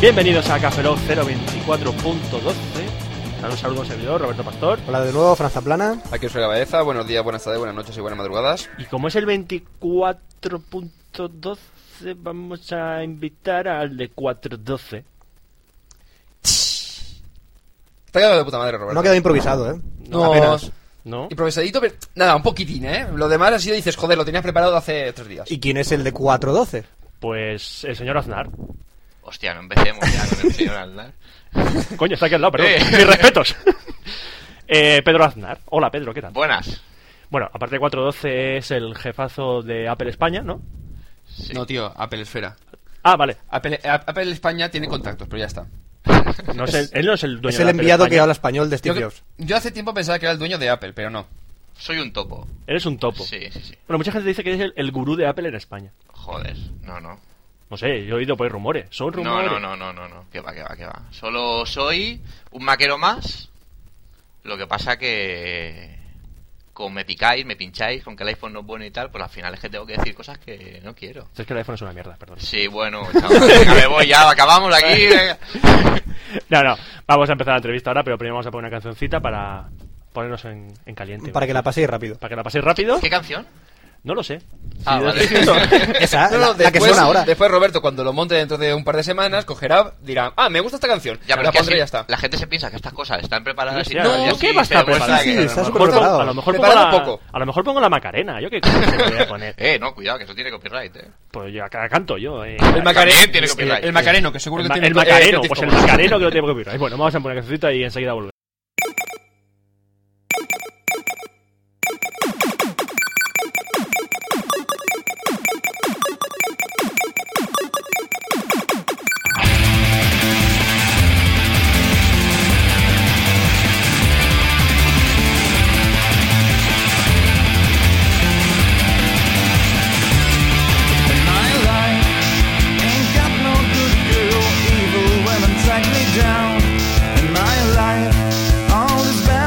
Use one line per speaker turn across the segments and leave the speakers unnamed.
Bienvenidos a Café Lock 024.12. Un saludo al servidor, Roberto Pastor.
Hola de nuevo, Franza Plana.
Aquí soy la Baeza, buenos días, buenas tardes, buenas noches y buenas madrugadas.
Y como es el 24.12, vamos a invitar al de 412.
Está quedado de puta madre, Roberto.
No ha quedado improvisado, ¿eh?
No,
Apenas.
¿No?
improvisadito, pero nada, un poquitín, ¿eh? Lo demás ha sido, dices, joder, lo tenías preparado hace tres días.
¿Y quién es el de 412?
Pues el señor Aznar.
Hostia, no empecemos ya con el señor Aznar.
Coño, está aquí al lado, perdón.
Eh.
Mis respetos. Eh, Pedro Aznar. Hola, Pedro, ¿qué tal?
Buenas.
Bueno, aparte de 412 es el jefazo de Apple España, ¿no?
Sí.
No, tío, Apple Esfera.
Ah, vale.
Apple, eh, Apple España tiene contactos, pero ya está.
No es el- él no es el dueño
Es
de
el
Apple
enviado
España.
que habla español de
Yo,
Steve Jobs.
yo hace tiempo pensaba que era el dueño de Apple, pero no.
Soy un topo.
Eres un topo.
Sí, sí, sí.
Bueno, mucha gente dice que es el, el gurú de Apple en España.
Joder, no, no.
No sé, yo he oído por rumores. Son
No,
rumores.
no, no, no, no, no. Que va, que va, que va. Solo soy un maquero más. Lo que pasa que... Como me picáis, me pincháis con que el iPhone no es bueno y tal, pues al final es que tengo que decir cosas que no quiero.
Es que el iPhone es una mierda, perdón.
Sí, bueno, chaval, venga, me voy ya, acabamos aquí. venga.
No, no. Vamos a empezar la entrevista ahora, pero primero vamos a poner una cancioncita para ponernos en, en caliente.
Para que la paséis rápido.
Para que la paséis rápido.
¿Qué canción?
No lo sé.
Ah,
Sí,
vale.
sí, no.
Esa,
No, no,
la, la que suena ahora.
Después Roberto, cuando lo monte dentro de un par de semanas, cogerá, dirá, ah, me gusta esta canción.
Ya, pero
la
es que
pondré y
así
ya está.
La gente se piensa que estas cosas están preparadas y
Ya,
tal,
no,
y
¿qué
así
va a estar
se demuestra
preparado? Sí,
que
sí,
no,
está súper
A lo mejor
no,
preparado.
pongo- a lo mejor pongo la,
Preparado poco.
a lo mejor pongo la Macarena. Yo qué coño le voy a poner.
Eh, no, cuidado, que eso tiene copyright, eh.
Pues yo acá canto yo. eh.
El, Macareno
También tiene copyright.
el, el Macareno, que seguro
El,
que
ma-
tiene
el
co- eh,
Macareno,
Curtis
pues el
Cobra.
Macareno que no tiene copyright. Bueno, vamos a poner una cancioncita y enseguida volvemos.
Ain't got no good girl, evil women track me down. And my life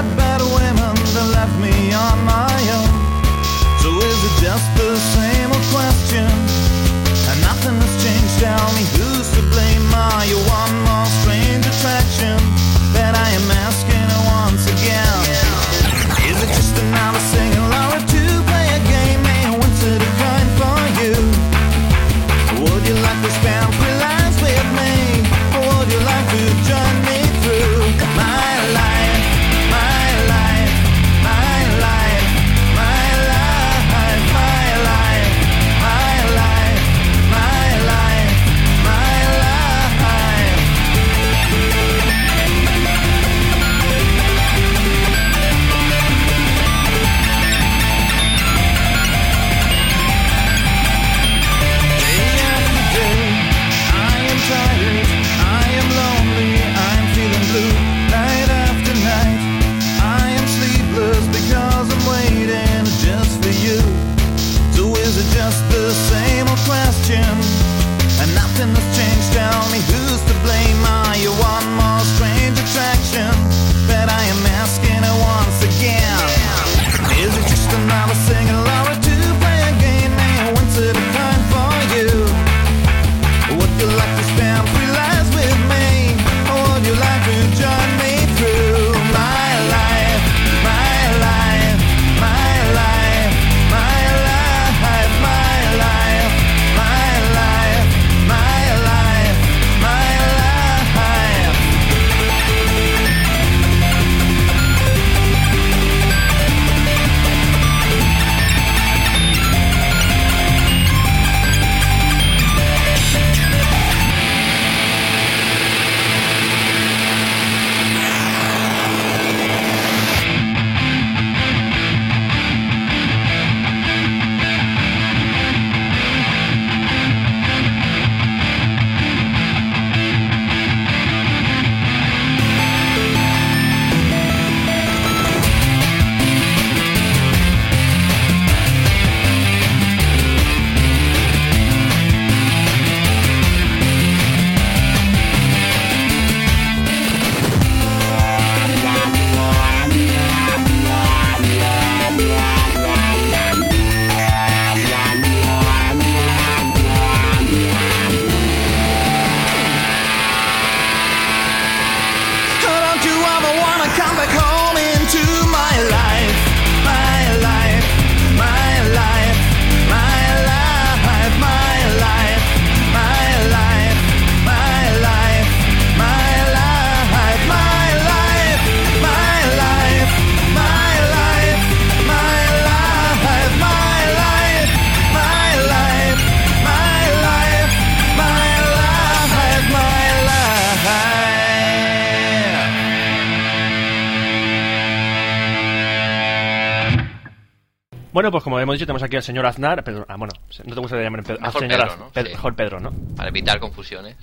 Bueno, pues como hemos dicho, tenemos aquí al señor Aznar. Pedro, ah, bueno, no te gusta llamar Pedro, al
Mejor
señor
Pedro,
Az-
¿no?
Pedro-
Sí.
Mejor Pedro, ¿no?
Para evitar confusiones.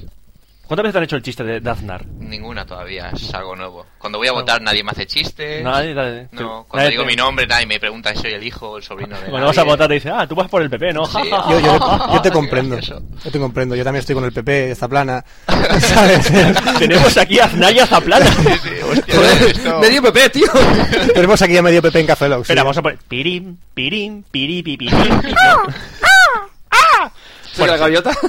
¿Cuántas veces te han hecho el chiste de, de Aznar?
Ninguna todavía, es algo nuevo. Cuando voy a votar nadie me hace chistes.
Nadie, nadie-
Eh, No,
te-
cuando
nadie
digo
te-
mi nombre nadie me pregunta si soy el hijo o el sobrino de
Cuando vas a
nadie.
votar te dice, ah, tú vas por el PP, ¿no?
Sí.
Yo, yo,
Ah,
yo te
qué
comprendo.
gracioso.
Yo te comprendo. Yo también estoy con el PP, esta plana. ¿Sabes?
Tenemos aquí a Aznar y a Zaplana.
Sí, sí, hostia, esto-
Medio PP, tío.
Tenemos aquí a medio PP en Café Lock. sí.
Espera, vamos a poner. Pirim, pirim, piri, pi, pirim, pi, no.
Soy la gaviota.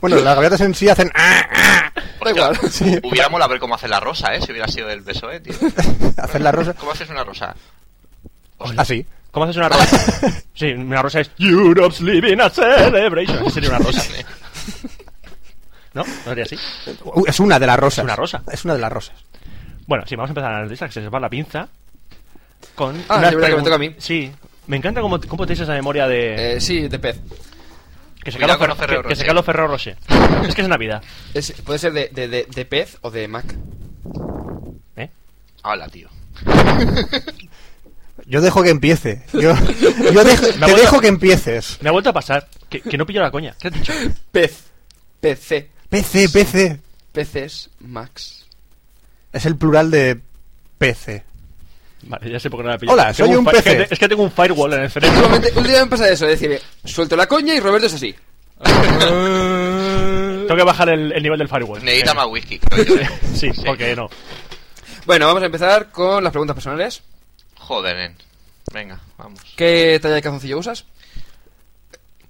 Bueno, las gaviotas en sí hacen. ah, ah,
Hostia,
igual,
sí.
Hubiera molado ver cómo hace la rosa, ¿eh? Si hubiera sido del PSOE, tío.
Hacer la rosa. Ah,
¿Cómo haces una rosa?
Así.
¿Cómo haces una rosa? Sí, una rosa es Europe's Living a Celebration. Así sería una rosa. ¿No? ¿No sería así?
Uh, Es una de las rosas.
Es una rosa.
Es una de las rosas.
Bueno, sí, vamos a empezar a analizar que se nos va la pinza. Con
Ah,
unas
es verdad que me
pregun-
toca a mí.
Sí. Me encanta cómo, cómo tenéis esa memoria de...
Eh, sí, de pez.
que se
cuidado
Carlos
con
Ferrer-
Ferrero
que- que se
Rocher.
Carlos Ferrero Rocher. es que es Navidad.
Es- puede ser de, de, de, de pez o de Mac.
¿eh?
Hola, tío.
Yo dejo que empiece. Yo, yo dejo-
Me ha
te
vuelto-
dejo que empieces.
Me ha vuelto a pasar. Que, que no pillo la coña. ¿Qué has dicho?
Pez. PC.
PC, PC.
Peces Max.
Es el plural de PC.
Vale, ya sé por qué no la pillo.
Hola,
Tengo
soy un
fi- es
PC.
que te- Es que tengo un firewall en el cerebro.
Últimamente, un día me pasa eso, es decir, suelto la coña y Roberto es así.
Tengo que bajar el, el nivel del firewall.
Necesita
Eh,
más whisky. creo yo, ¿eh?
Sí, porque no.
Bueno, vamos a empezar con las preguntas personales.
Joder, nen. Venga, vamos.
¿Qué talla de calzoncillo usas?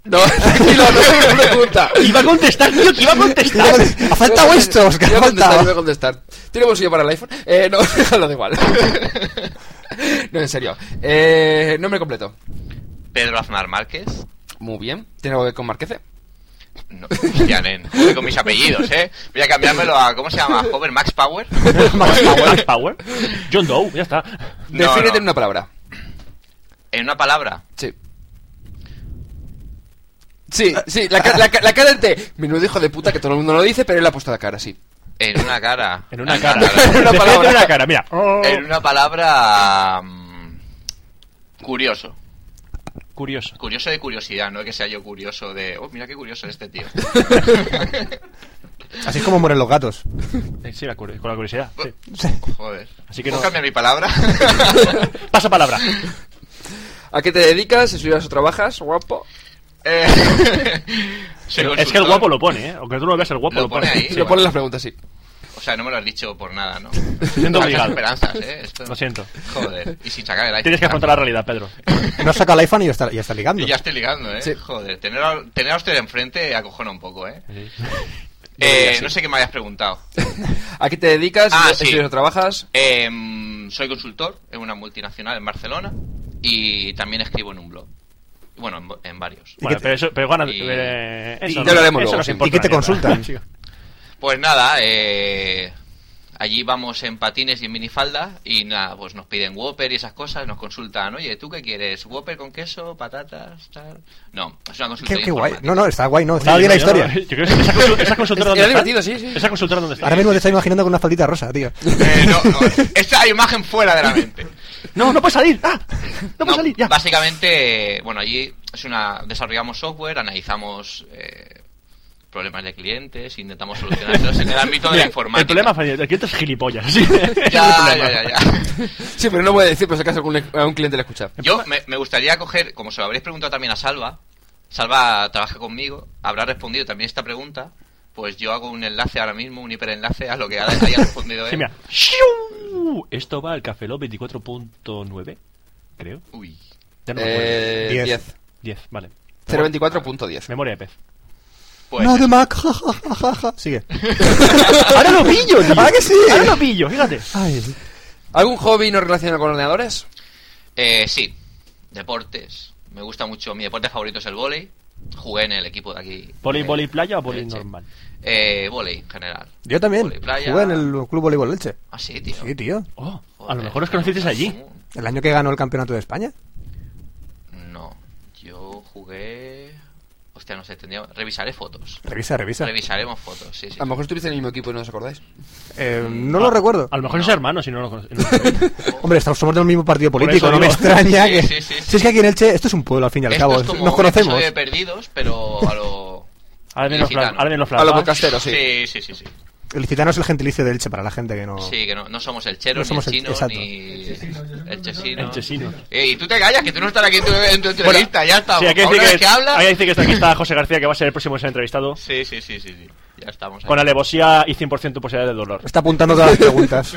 No, tranquilo, no es una pregunta.
Iba a contestar, tío, que iba a contestar.
Ha faltado esto, Oscar,
Yo
ha
voy a contestar, yo voy a
faltado.
contestar. ¿Tiene bolsillo para el iPhone? Eh, no, déjalo de igual. No, en serio. Eh, nombre completo.
Pedro Aznar Márquez.
Muy bien. ¿Tiene algo que ver con Marquece?
No, hostia, nen. Voy con mis apellidos, ¿eh? Voy a cambiármelo a... ¿Cómo se llama? ¿Joven Max Power?
Max Power, Max Power. John Doe, ya está.
No,
Defínete
no.
en una palabra.
En una palabra.
Sí. Sí, sí, la, ca- la ca- la cara en T. Menudo hijo de puta que todo el mundo lo dice, pero él ha puesto la cara, sí.
En una cara.
En una cara.
En una palabra.
Defínete En una cara, mira.
En una palabra... mm, Curioso.
Curioso.
Curioso de curiosidad, no que sea yo curioso de... Oh, mira qué curioso es este tío.
Así es como mueren los gatos.
Eh, Sí, la curi- con la curiosidad. sí.
Joder.
Así que no-
¿Puedo cambiar mi palabra?
Pasa palabra.
¿A qué te dedicas? ¿Estudias o trabajas? Guapo.
Eh, soy
Pero es que el
consultor.
guapo lo pone, ¿eh? Aunque tú no lo veas, el guapo
Lo
lo,
pone ahí.
Se
Sí,
lo ponen las preguntas, sí.
O sea, no me lo has dicho por nada, ¿no?
siento
Falsas
obligado.
esperanzas, ¿eh? Esto-
Lo siento.
Joder. Y sin sacar el iPhone.
Tienes que
claro.
afrontar la realidad, Pedro.
No has sacado el iPhone y ya está, ya está ligando.
Y ya estoy ligando, ¿eh?
Sí.
Joder. Tener a, tener a usted enfrente acojona un poco, ¿eh?
diría
Eh,
así.
no sé qué me habías preguntado.
¿A qué te dedicas?
Ah, sí.
¿Estudias o trabajas?
Em, soy consultor en una multinacional en Barcelona y también escribo en un blog. Bueno, en, en varios.
Bueno,
qué te-
pero eso, pero Juan,
y-
eh, eso
y ya
no-
hablaremos
eso
luego,
nos
sí.
importa
¿Y qué te
una mierda.
consultan?
Siga.
Pues nada, eh, allí vamos en patines y en minifalda y nada, pues nos piden Whopper y esas cosas, nos consultan, oye, ¿tú qué quieres? ¿Whopper con queso, patatas, tal? No, es una consulta
Qué, qué guay.
informática.
No, no, está guay, no. Está
Oye,
bien la
yo-
historia.
yo- yo creo que esa consu- esa consultora
Era
dónde está.
divertido, sí, sí.
Esa consultora dónde está.
Ahora mismo te estás imaginando con una faldita rosa, tío.
Eh, no, no, esta imagen fuera de la mente.
No, no puede salir. Ah, no puede
No,
salir. Ya.
Básicamente, eh, bueno, allí es una desarrollamos software, analizamos eh, problemas de clientes, intentamos solucionarlos en el ámbito de
Mira,
la informática.
El problema Fabio, el cliente es gilipollas. sí. Ese
Ya,
es el problema.
ya, ya, ya.
Sí, pero no voy a decir por si acaso algún- a un cliente le escucha.
Yo me, me gustaría coger, como se lo habréis preguntado también a Salva, Salva trabaja conmigo, habrá respondido también esta pregunta, pues yo hago un enlace ahora mismo, un hiperenlace a lo que ha- haya respondido él.
Sí, mira. ¡Shiu! Esto va al Café Lock 24.9, creo.
Uy.
Ya no me acuerdo.
Eh,
Diez.
10.
10, vale.
024.10.
Memoria de pez.
Pues
no, de Mac. ja, ja, ja, ja, ja. Sigue.
Ahora lo pillo, tío.
¿Ahora que sí?
Ahora lo pillo, fíjate.
Ay,
¿Algún hobby no relacionado con ordenadores?
eh, sí, deportes. Me gusta mucho, mi deporte favorito es el volei. Jugué en el equipo de aquí.
¿Vóley,
Eh,
vóley playa o vóley
Elche.
normal?
Eh, volei en general.
yo también.
Vóley playa.
Jugué en el Club Voleibol Leche.
Ah, sí, tío.
Sí, tío.
Oh, a lo
Joder,
mejor os conocisteis allí.
El año que ganó el campeonato de España.
No, yo jugué Hostia, no sé, tendría... Revisaré fotos.
Revisa, revisa.
Revisaremos fotos, sí, sí.
A lo mejor estuviste en el mismo equipo y no os acordáis.
Eh, no lo recuerdo.
Ah, A lo mejor es hermano, si no lo conoce- no lo conoce.
Hombre, estamos, somos del mismo partido político,
eso
no me
digo.
extraña
Sí,
que...
sí, sí, sí.
Si es que aquí en Elche, esto es un pueblo al fin y al
Esto
cabo,
es como
nos
un
conocemos.
episodio de perdidos, pero a lo...
Ahora vienen los flan-
Ilicitano.
ahora vienen los
A lo
flashbacks.
podcastero, sí.
Sí, sí, sí, sí.
El gitano es el gentilicio de Elche para la gente que no...
Sí, que no, no somos el chero,
No somos el-
ni el chino,
exacto.
ni el chesino.
El chesino.
Ey, tú te callas, que tú no estás aquí en tu, en tu entrevista, ya está.
Sí, hay que
Ahora
decir
es
que,
que hablas-
hay que decir que está aquí está José García, que va a ser el próximo en ser entrevistado.
Sí, sí, sí, sí, sí. Ya estamos ahí.
Con alevosía y 100% posibilidad de dolor.
Está apuntando todas las preguntas.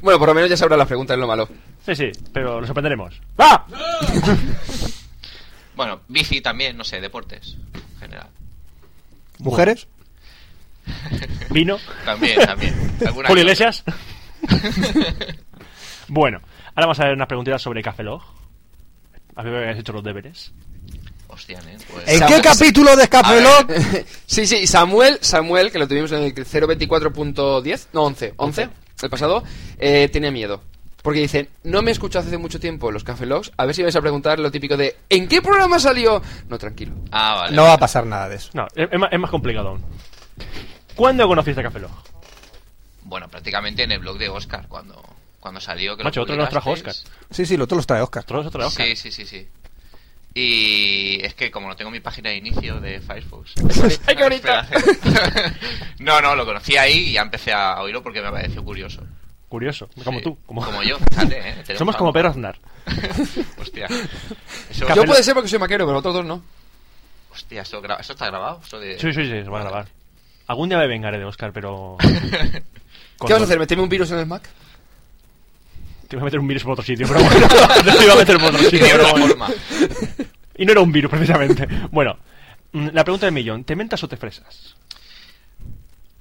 Bueno, por lo menos ya sabrá las preguntas, es lo malo.
Sí, sí, pero lo sorprenderemos. ¡Ah!
Bueno, bici también, no sé, deportes en general.
¿Mujeres?
Vino.
También, también. Alguna
Julio
que
Iglesias. bueno, ahora vamos a ver unas preguntitas sobre Café Log. A ver habéis hecho los deberes.
otra. Hostia, ¿eh? Pues...
¿En
Sam-
qué capítulo de
A ver.
Escapelón?
sí, sí, Samuel, Samuel, que lo tuvimos en el 024.10, no, 11, 11, el pasado, eh, tenía miedo. Porque dice, no me escuchó hace mucho tiempo los Café Logs, a ver si vais a preguntar lo típico de, ¿en qué programa salió? No, tranquilo.
Ah, vale.
No va a pasar nada de eso.
No, es, es más, es más complicado aún. ¿Cuándo conociste a Café Log?
Bueno, prácticamente en el blog de Oscar, cuando, cuando salió. Que
Macho,
lo
otro nos trajo
publicasteis.
Sí, sí, lo otro los trae Oscar.
Otro, otro de Oscar.
Sí, sí, sí, sí. Y es que como no tengo mi página de inicio de Firefox.
¡Ay, qué bonito!
Espera. no, no, lo conocí ahí y ya empecé a oírlo porque me pareció curioso.
Curioso, como
Sí,
tú. Como,
Como yo, fíjate, ¿eh? Tenemos
Somos como Pedro
algo.
Aznar.
Hostia. Eso,
Café
Yo
Lock.
puede ser porque soy maquero, pero otros dos no.
Hostia, eso, gra- eso está grabado. Eso de...
Sí, sí, sí, se va a
Vale.
grabar. Algún día me vengaré de Oscar, pero.
¿Qué vas a hacer? ¿Meterme un virus en el Mac?
Te iba a meter un virus por otro sitio, pero bueno. no te iba a meter por otro sitio,
Tiene
pero
otra
bueno.
forma.
Y no era un virus, precisamente. Bueno, mm, la pregunta del millón: ¿te mentas o te fresas?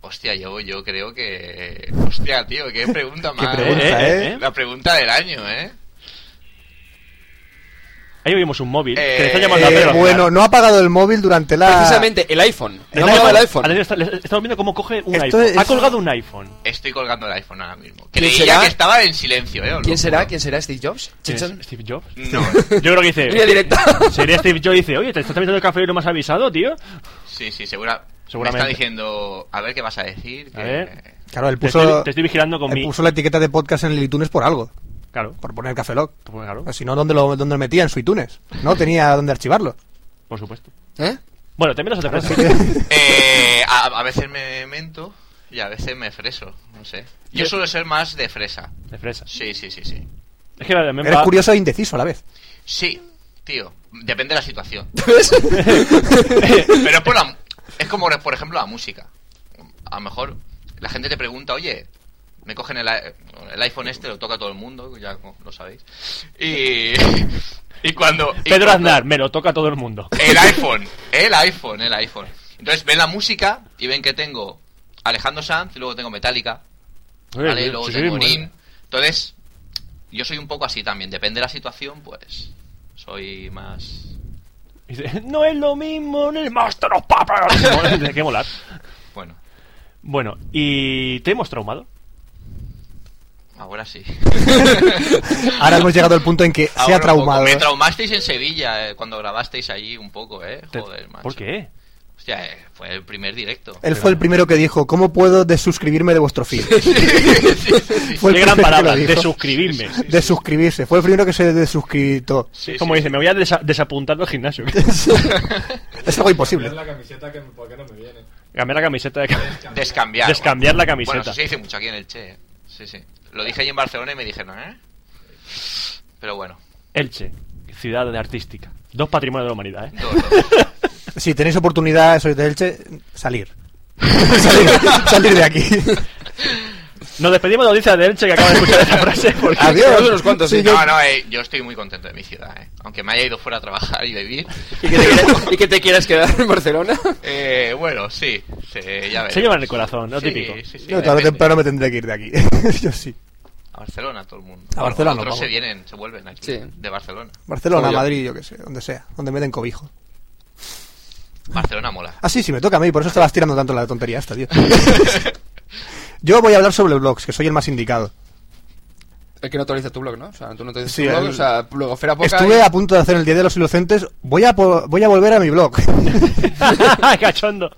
Hostia, yo, yo creo que. Hostia, tío, qué pregunta más.
pregunta,
Eh, eh, eh.
La pregunta del año, ¿eh?
Ahí vimos un móvil
Eh,
que le está llamando a
Eh,
Pedro. Aznar.
bueno, no ha apagado el móvil durante la...
Precisamente, el iPhone.
Le
Ah. El
estamos-
iPhone. El iPhone.
Atención, está- le- Estamos viendo cómo coge un
Esto
iPhone.
es-
Ha colgado un iPhone.
Estoy colgando el iPhone ahora mismo.
¿Quién
Creía
será?
que estaba en silencio, ¿eh? Os lo
¿Quién será?
juro.
¿Quién será? ¿Steve Jobs?
¿Quién es?
¿Chichon?
¿Steve Jobs?
No.
Yo creo que dice.
Línea directa.
Sería Steve Jobs y dice: Oye, te estás metiendo el café y no me has avisado, tío.
Sí, sí, segura.
Seguramente.
Me está diciendo, a ver qué vas a decir. que-
A ver.
Claro, él
Te
puso,
estoy- te estoy vigilando con
él
mi-
puso la etiqueta de podcast en el iTunes por algo,
Claro.
por poner Café Lock.
Pues claro,
Si no, ¿dónde lo, dónde lo metía? En su iTunes. No tenía dónde archivarlo.
por supuesto.
¿Eh?
Bueno, ¿te mentas o te
Así
fresas?
que-
Eh, a, a veces me mento y a veces me freso. No sé. Yo suelo ser más de fresa.
Te fresas.
Sí, sí, sí, sí.
Es que la de Memba-
Eres curioso e indeciso a la vez.
Sí, tío. Depende de la situación.
¿Ves?
Pero es, por la- es como, por ejemplo, la música. A lo mejor la gente te pregunta, oye, me cogen el, i- el iPhone este, lo toca todo el mundo, ya como lo sabéis. Y, y cuando... y
Pedro
cuando-
Aznar, me lo toca a todo el mundo.
El iPhone, el iPhone, el iPhone. Entonces ven la música y ven que tengo Alejandro Sanz, y luego tengo Metallica, ¿vale? Y luego
Sí, sí,
tengo
muy
Nin.
bien.
Entonces, yo soy un poco así también. Depende de la situación, pues soy más...
Y dice, no es lo mismo, no es Master of Puppets. Qué molar.
Bueno,
Bueno, ¿y te hemos traumado?
ahora sí.
Ahora hemos llegado al punto en que se
Ahora
ha
un
traumado.
poco.
¿eh?
Me traumasteis en Sevilla eh, cuando grabasteis allí un poco, ¿eh?
Te-
Joder, macho.
¿Por qué?
Hostia, eh, fue el primer directo.
Él fue el primero que dijo, ¿cómo puedo desuscribirme de vuestro feed? Fue el
Qué
primero
gran
que
palabra,
Pues lo dijo.
de suscribirme.
Desuscribirse. Fue el primero que se desuscribitó.
Sí,
Como
sí,
dice, me voy a desa- desapuntar del gimnasio.
es algo imposible.
Cambiar la camiseta que ¿por qué no me viene.
Cambiar la camiseta de...
sí. Descambiar.
Descambiar la
Bueno,
camiseta.
eso se dice mucho aquí en el Che. eh. Sí, sí. Lo dije allí en Barcelona y me dijeron, ¿eh? Pero bueno.
Elche, ciudad de artística. Dos patrimonios de la humanidad, ¿eh?
Dos, dos.
Si tenéis oportunidad, sois de Elche, salir. salir. salir de aquí.
Nos despedimos de la audiencia de Elche que acaba de escuchar esta frase. porque-
Adiós.
Tenemos unos cuantos, sí.
Sí, yo-
No, no, eh, yo estoy muy contento de mi ciudad, ¿eh? Aunque me haya ido fuera a trabajar y vivir.
¿Y que, te quieras, y que te quieras quedar en Barcelona.
Eh, bueno, sí. sí, ya veremos.
Se llevan el corazón, lo
Sí,
típico.
sí, sí,
Yo tarde o
depende.
temprano me tendré que ir de aquí. Yo sí.
A Barcelona todo el mundo.
A Barcelona,
Otros
vamos.
se vienen, se vuelven aquí.
Sí.
De Barcelona.
Barcelona,
Como yo.
Madrid, yo qué sé, donde sea, donde me den cobijo.
Barcelona mola.
Ah, sí, sí, me toca a mí, por eso estabas tirando tanto la tontería esta, tío. Yo voy a hablar sobre blogs, que soy el más indicado.
El que no actualiza tu blog, ¿no? O sea, tú no actualizas
Sí,
tu blog,
el-
o sea, blogosfera poca.
Estuve
y-
a punto de hacer el Día de los Inocentes. Voy a, po- voy a volver a mi blog.
Cachondo.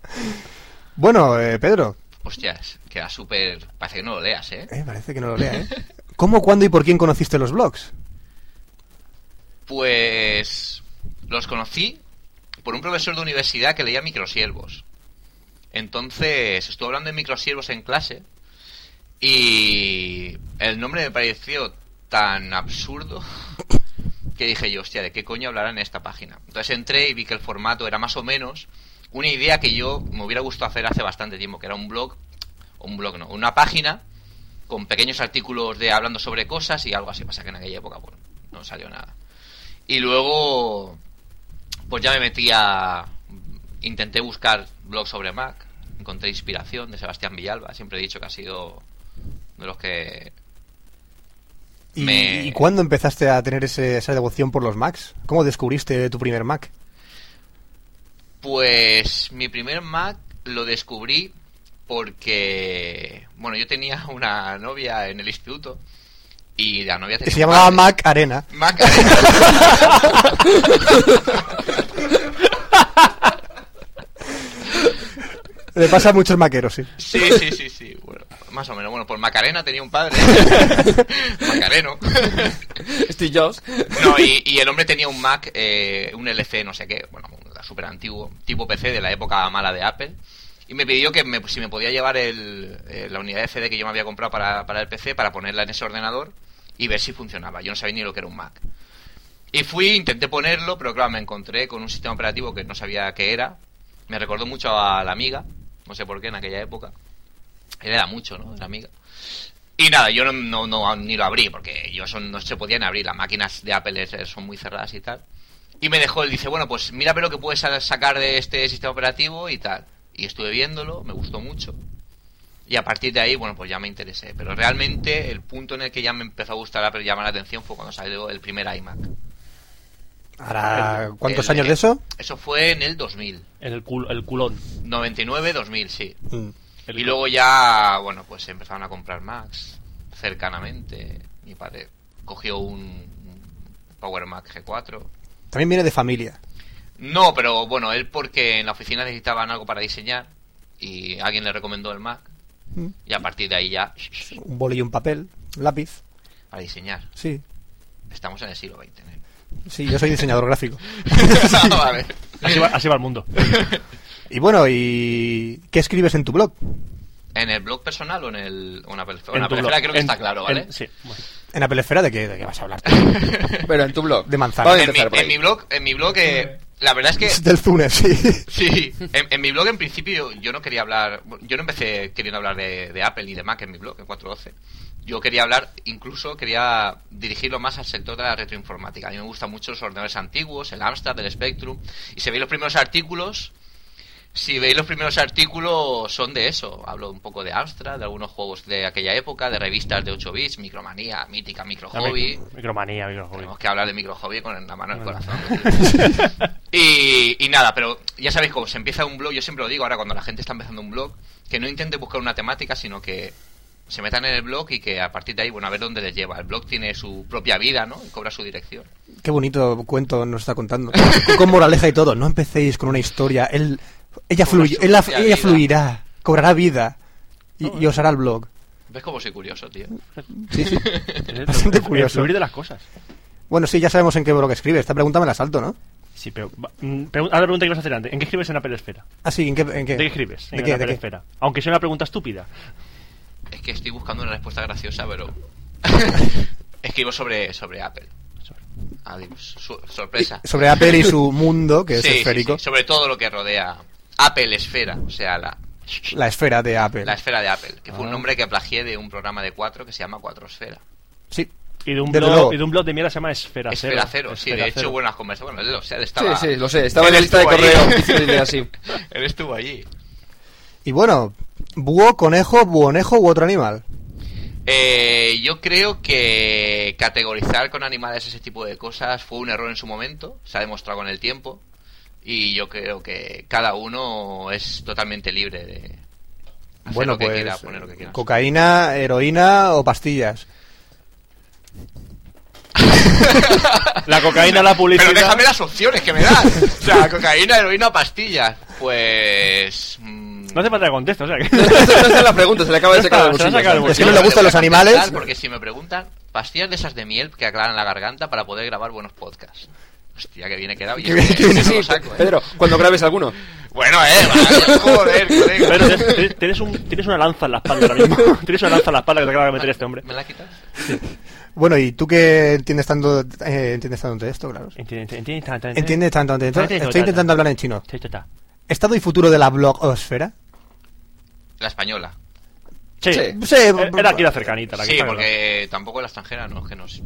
bueno, eh, Pedro,
Hostias, queda súper. Parece que no lo leas, ¿eh?
eh, parece que no lo lea, ¿eh? ¿Cómo, cuándo y por quién conociste los blogs?
Pues los conocí por un profesor de universidad que leía microsiervos. Entonces estuvo hablando de microsiervos en clase y el nombre me pareció tan absurdo que dije yo, hostia, ¿de qué coño hablarán en esta página? Entonces entré y vi que el formato era más o menos una idea que yo me hubiera gustado hacer hace bastante tiempo, que era un blog, un blog no, una página con pequeños artículos de hablando sobre cosas y algo así. Pasa que en aquella época, bueno, no salió nada. Y luego, pues ya me metí a. Intenté buscar blogs sobre Mac. Encontré inspiración de Sebastián Villalba. Siempre he dicho que ha sido de los que.
¿Y,
Me-
y cuándo empezaste a tener ese- esa devoción por los Macs? ¿Cómo descubriste tu primer Mac?
Pues mi primer Mac lo descubrí porque. Bueno, yo tenía una novia en el instituto. Y la novia
Que
tenía
se
un
llamaba
Mac.
Mac Arena.
Mac.
Le pasa a muchos maqueros, sí.
Sí, sí, sí, sí. Bueno, más o menos. Bueno, por Macarena tenía un padre. Macareno.
Steve Jobs.
No, y, y el hombre tenía un Mac, eh, un LC, no sé qué, bueno, súper antiguo, tipo PC de la época mala de Apple. Y me pidió que me- si me podía llevar el, eh, la unidad de CD que yo me había comprado para, para el PC, para ponerla en ese ordenador y ver si funcionaba. Yo no sabía ni lo que era un Mac. Y fui, intenté ponerlo, pero claro, me encontré con un sistema operativo que no sabía qué era. Me recordó mucho a la Amiga, no sé por qué en aquella época. Era mucho, ¿no? De la Amiga. Y nada, yo no, no, no- ni lo abrí, porque yo son, no se podían abrir, las máquinas de Apple es- son muy cerradas y tal. Y me dejó, él dice, bueno, pues mira pero lo que puedes sa- sacar de este sistema operativo y tal. Y estuve viéndolo, me gustó mucho. Y a partir de ahí, bueno, pues ya me interesé. Pero realmente el punto en el que ya me empezó a gustar Apple y llamar la atención fue cuando salió el primer iMac.
Ahora, ¿cuántos
El-
años de eso?
Eso fue en el 2000.
En el, cul- el culón.
99-2000, sí.
Mm.
El
Y luego ya, bueno, pues empezaron a comprar Macs cercanamente. Mi padre cogió un un Power Mac G4.
También viene de familia.
No, pero bueno, él porque en la oficina necesitaban algo para diseñar y alguien le recomendó el Mac
Mm.
y a partir de ahí ya
Un boli y un papel, un lápiz.
a diseñar.
Sí,
Estamos en el siglo XX. ¿eh?
sí, yo soy diseñador gráfico.
Vale.
Así va, así va el mundo.
Y bueno, ¿y qué escribes en tu blog?
¿En el blog personal o en el o en Apple- o
En
en
tu
Apple
blog.
Esfera creo que
En-
está claro, ¿vale?
en- sí. bueno.
En Apple Esfera, ¿de qué, de qué vas a hablar?
Pero en tu blog.
De manzana.
Vamos a
En mi,
empezar por
en
ahí.
mi blog, en mi blog, eh, la verdad es que
Del Zune, sí.
Sí, en, en mi blog en principio yo no quería hablar, yo no empecé queriendo hablar de, de Apple ni de Mac en mi blog, en 412. Yo quería hablar, incluso quería dirigirlo más al sector de la retroinformática. A mí me gustan mucho los ordenadores antiguos, el Amstrad, el Spectrum. Y si veis los primeros artículos, si veis los primeros artículos son de eso. Hablo un poco de Amstrad, de algunos juegos de aquella época, de revistas de 8 bits, Micromanía, Mítica, Micro
La mic-
Hobby.
Micromanía, microhobby.
Tenemos que hablar de micro hobby con la mano en el
Bueno.
corazón. y, y nada, pero ya sabéis cómo se empieza un blog. Yo siempre lo digo ahora cuando la gente está empezando un blog, que no intente buscar una temática, sino que se metan en el blog y que a partir de ahí, bueno, a ver dónde les lleva. El blog tiene su propia vida, ¿no? Y cobra su dirección.
Qué bonito cuento nos está contando. Con moraleja y todo. No empecéis con una historia. Él, ella
Cobra
fluye,
su
él la-
propia
ella
vida. Oh.
fluirá, cobrará vida y, y os hará el blog.
¿Ves cómo soy curioso, tío?
Sí, sí.
Es el-
Bastante
el- el
curioso.
fluir de las cosas.
Bueno, sí, ya sabemos en qué blog escribes. Esta pregunta me la salto, ¿no?
Sí, pero. va- mm, pregun- Ahora la pregunta que ibas a hacer antes. ¿En qué escribes en Apple Esfera?
Ah, sí, ¿en qué? en qué?
¿De qué escribes?
¿De
en
qué?
Apple
¿De qué?
Esfera. Aunque sea una pregunta estúpida.
Es que estoy buscando una respuesta graciosa, pero. Escribo sobre, sobre Apple. Adiós. Su- sorpresa.
Sobre Apple y su mundo, que es
Sí, sí,
esférico.
sí. Sobre todo lo que rodea Apple Esfera, o sea, la,
La esfera de Apple.
La esfera de Apple, que fue un
Ah.
nombre que plagié de un programa de cuatro que se llama Cuatro Esfera.
Sí.
Y de un,
Desde
blog,
luego.
y de, un blog de mierda se llama Esfera Cero.
Esfera Cero, sí,
Esfera
de hecho
Cero.
buenas conversaciones. Bueno, él, o sea, él
Sí,
estaba.
sí, lo sé. Estaba en la
Él
lista de
estuvo allí.
correo. diciendo así.
él estuvo allí.
Y bueno, búho, conejo, buonejo u otro animal.
Eh, yo creo que categorizar con animales ese tipo de cosas fue un error en su momento, se ha demostrado con el tiempo. Y yo creo que cada uno es totalmente libre de. hacer
bueno,
lo que
pues
quiera, poner lo que quiera.
cocaína, heroína o pastillas.
La cocaína, la publicidad.
Pero déjame las opciones que me das. O sea, cocaína, heroína, pastillas. Pues. mm,
No hace falta que conteste, o sea que.
No, no, no están las preguntas, se le acaba de
Ya
sacar del
está, se
bolsillo.
la saca del
Es que
bolsillo.
no le
Yo
gustan
voy a
los animales.
contestar Porque si me preguntan, pastillas de esas de miel que aclaran la garganta para poder grabar buenos podcasts. Hostia, que viene quedado. Y
Que-
es que
que viene
eso lo
así,
saco, eh.
Pedro, cuando grabes alguno.
Bueno, eh, vale, joder, colega.
Pero tienes- tienes- tienes, un, tienes una lanza en la espalda ahora mismo. Tienes una lanza en la espalda que te acaba de meter este hombre.
¿Me la quitas?
Bueno, ¿y tú que entiendes tanto, eh, entiendes tanto de esto, claro?
Entiende, entiende, entiende, entiende, entiende.
¿Entiendes tanto de esto?
Entiende, entiende,
Estoy intentando hablar en chino.
Sí, está, está.
¿Estado y futuro de la blogosfera?
La española.
Sí.
Sí.
Sí,
Eh, Era aquí la cercanita, la que
Sí,
está,
porque tampoco la extranjera, no, es que nos.
claro.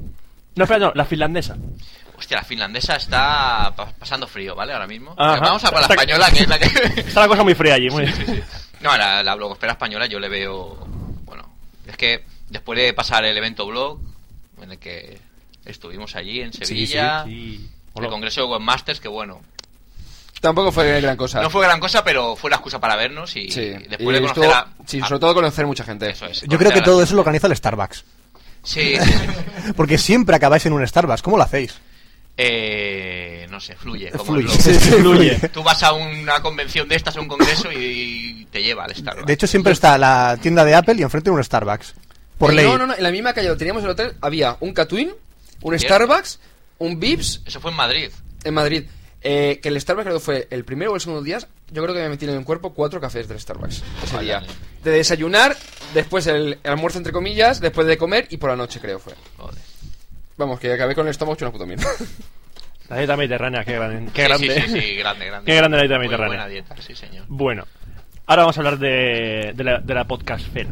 No, espera, no, la finlandesa.
Hostia, la finlandesa está pa- pasando frío, ¿vale? Ahora mismo.
Ajá.
Vamos a por la
Está-
española, que es la que.
Está la cosa muy fría allí, muy
No, la, la blogosfera española yo le veo. Bueno, es que después de pasar el evento blog, en el que estuvimos allí en Sevilla,
Sí.
Ah. el congreso de webmasters, que bueno,
Tampoco fue gran cosa.
no fue gran cosa, pero fue la excusa para vernos y,
Sí,
después
y
de conocer
estuvo-
a.
sí,
a-
sobre todo conocer mucha gente.
Eso es.
Yo creo que
conocer a-
todo eso lo organiza el Starbucks.
Sí, sí, sí.
Porque siempre acabáis en un Starbucks. ¿Cómo lo hacéis?
Eh, no sé, fluye. Como
Fluye.
el blog.
Sí, sí,
Fluye.
Tú vas a una convención de estas, a un congreso y te lleva al Starbucks.
De hecho, siempre está la tienda de Apple y enfrente un Starbucks. Por
Eh,
ley.
No, no, no, en la misma calle donde teníamos el hotel había un Catwin, un
Bien.
Starbucks, un Vips
Eso fue en Madrid.
en Madrid. Eh, que el Starbucks creo que fue el primero o el segundo día. Yo creo que me metí en el cuerpo cuatro cafés del Starbucks ese
Vaya.
día. De desayunar, después el, el almuerzo entre comillas, después de comer y por la noche creo fue.
Joder.
Vamos, que acabé con el estómago hecho una puta mierda.
La dieta mediterránea, qué, gran- qué
Sí,
grande.
Sí, sí, sí, grande, grande.
Qué grande la dieta
Muy
mediterránea.
buena dieta, sí, señor.
Bueno, ahora vamos a hablar de, de la, de la podcastfera.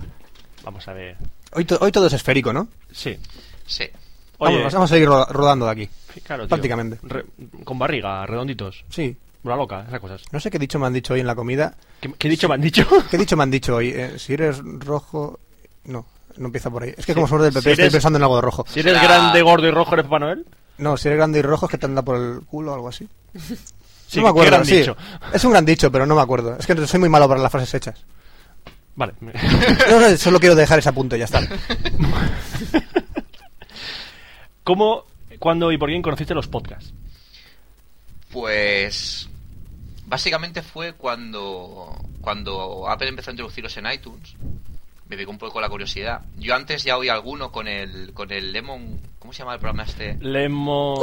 Vamos a ver.
Hoy, to- hoy todo es esférico, ¿no?
Sí.
Sí.
Oye,
Vamos, vamos a seguir ro- rodando de aquí.
claro, tío.
prácticamente.
Re- con barriga, redonditos.
Sí.
Una loca, esas cosas.
No sé qué dicho me han dicho hoy en la comida.
¿Qué, qué he dicho? ¿Me han dicho?
¿Qué dicho me han dicho hoy? Eh, si eres rojo... No, no empieza por ahí. Es que como somos del PP
Si
estoy
eres-
pensando en algo de rojo.
Si eres
Será-
grande, gordo y rojo, eres Papá Noel.
No, si eres grande y rojo es que te anda por el culo o algo así.
Sí,
no me
qué
acuerdo.
gran
sí.
dicho.
Es un gran dicho, pero no me acuerdo. Es que soy muy malo para las frases hechas.
Vale.
No, no, solo quiero dejar ese apunte, ya está.
¿Cómo, cuándo y por quién conociste los podcasts?
Pues. Básicamente fue cuando. Cuando Apple empezó a introducirlos en iTunes. Me picó un poco la curiosidad. Yo antes ya oí alguno con el. Con el Lemon. ¿Cómo se llama el programa este?
Lemon...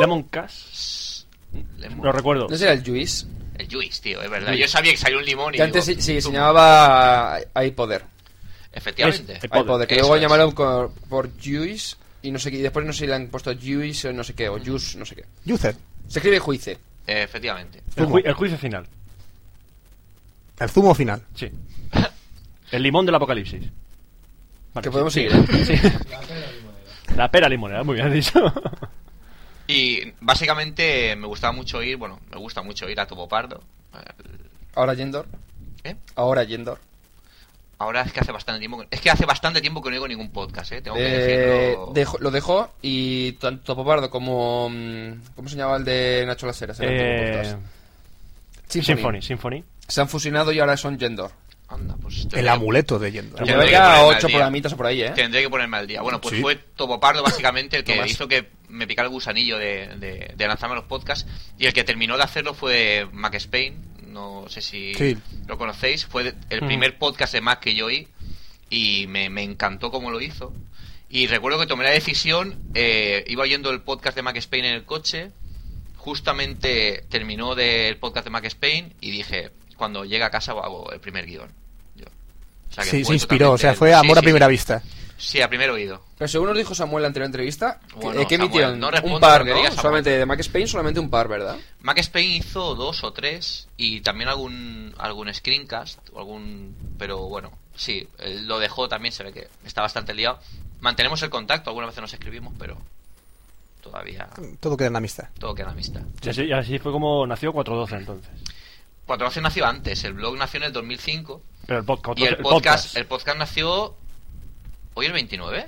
Lemon Cash.
Lemon.
Lo recuerdo.
¿No será el Juice?
El Juice, tío, es verdad.
Juice.
Yo sabía que salió un limón y.
Que antes
digo,
sí, sí,
tú-
se llamaba iPoder.
Efectivamente.
Es-
iPoder, que
Eso
luego
es.
llamaron co- por Juice y no sé qué. Y después no sé si le han puesto Juice o no sé qué, o Juice, no sé qué.
Yucer,
Se escribe Juice.
Eh, efectivamente.
El,
zumo.
ju- el juicio final.
el zumo final.
Sí. El limón del apocalipsis. Vale,
Que
sí.
podemos
Sí.
seguir. ¿eh?
Sí. La pera limonera, muy bien dicho.
Y básicamente me gustaba mucho ir. Bueno, me gusta mucho ir a Topo Pardo.
Ahora Yendor.
¿Eh?
Ahora Yendor.
Ahora es que hace bastante tiempo que, es que hace bastante tiempo que no oigo ningún podcast, eh. Tengo que
Eh,
decirlo.
dejó- lo dejó y tanto Popardo como. mm, ¿Cómo se llamaba el de Nacho Las Heras? El antiguo
eh,
podcast. Symphony.
Symphony, Symphony.
Se han fusionado y ahora son Yendor.
Anda, pues
El
tendré-
amuleto de Yendo.
El
Yo
tendré que
había
ponerme al
ocho
día.
programitas o por ahí, ¿eh?
Tendré que ponerme al día. Bueno, pues
Sí.
fue Topo Pardo básicamente el que
No más.
hizo que me picara el gusanillo de, de, de lanzarme a los podcasts. Y el que terminó de hacerlo fue Mac Spain. No sé si
Sí.
lo conocéis. Fue de- el
Mm.
primer podcast de Mac que yo oí. Y me, me encantó cómo lo hizo. Y recuerdo que tomé la decisión. eh, iba oyendo el podcast de Mac Spain en el coche. Justamente terminó del podcast de Mac Spain. Y dije: Cuando llegue a casa hago el primer guión. Yo. O sea, que
Sí, se
fue
inspiró, o sea,
totalmente-
fue
sí,
amor a
sí,
primera
sí.
vista.
Sí, a primer oído.
Pero según nos dijo Samuel en la anterior entrevista, que-
Bueno,
eh, que
Samuel,
emitieron
no
un
respondo
par,
lo que
¿no?
diga Samuel.
Solamente de Mac Spain, solamente un par, ¿verdad?
Mac Spain hizo dos o tres y también algún algún screencast o algún pero bueno sí él lo dejó también se ve que está bastante liado mantenemos el contacto algunas veces nos escribimos pero todavía
Todo queda en la amistad.
todo queda en amistad
Y así, y así fue como nació 412 entonces.
cuatro veces nació antes el blog nació en el 2005
Pero el, podcast
y el podcast el podcast nació hoy el 29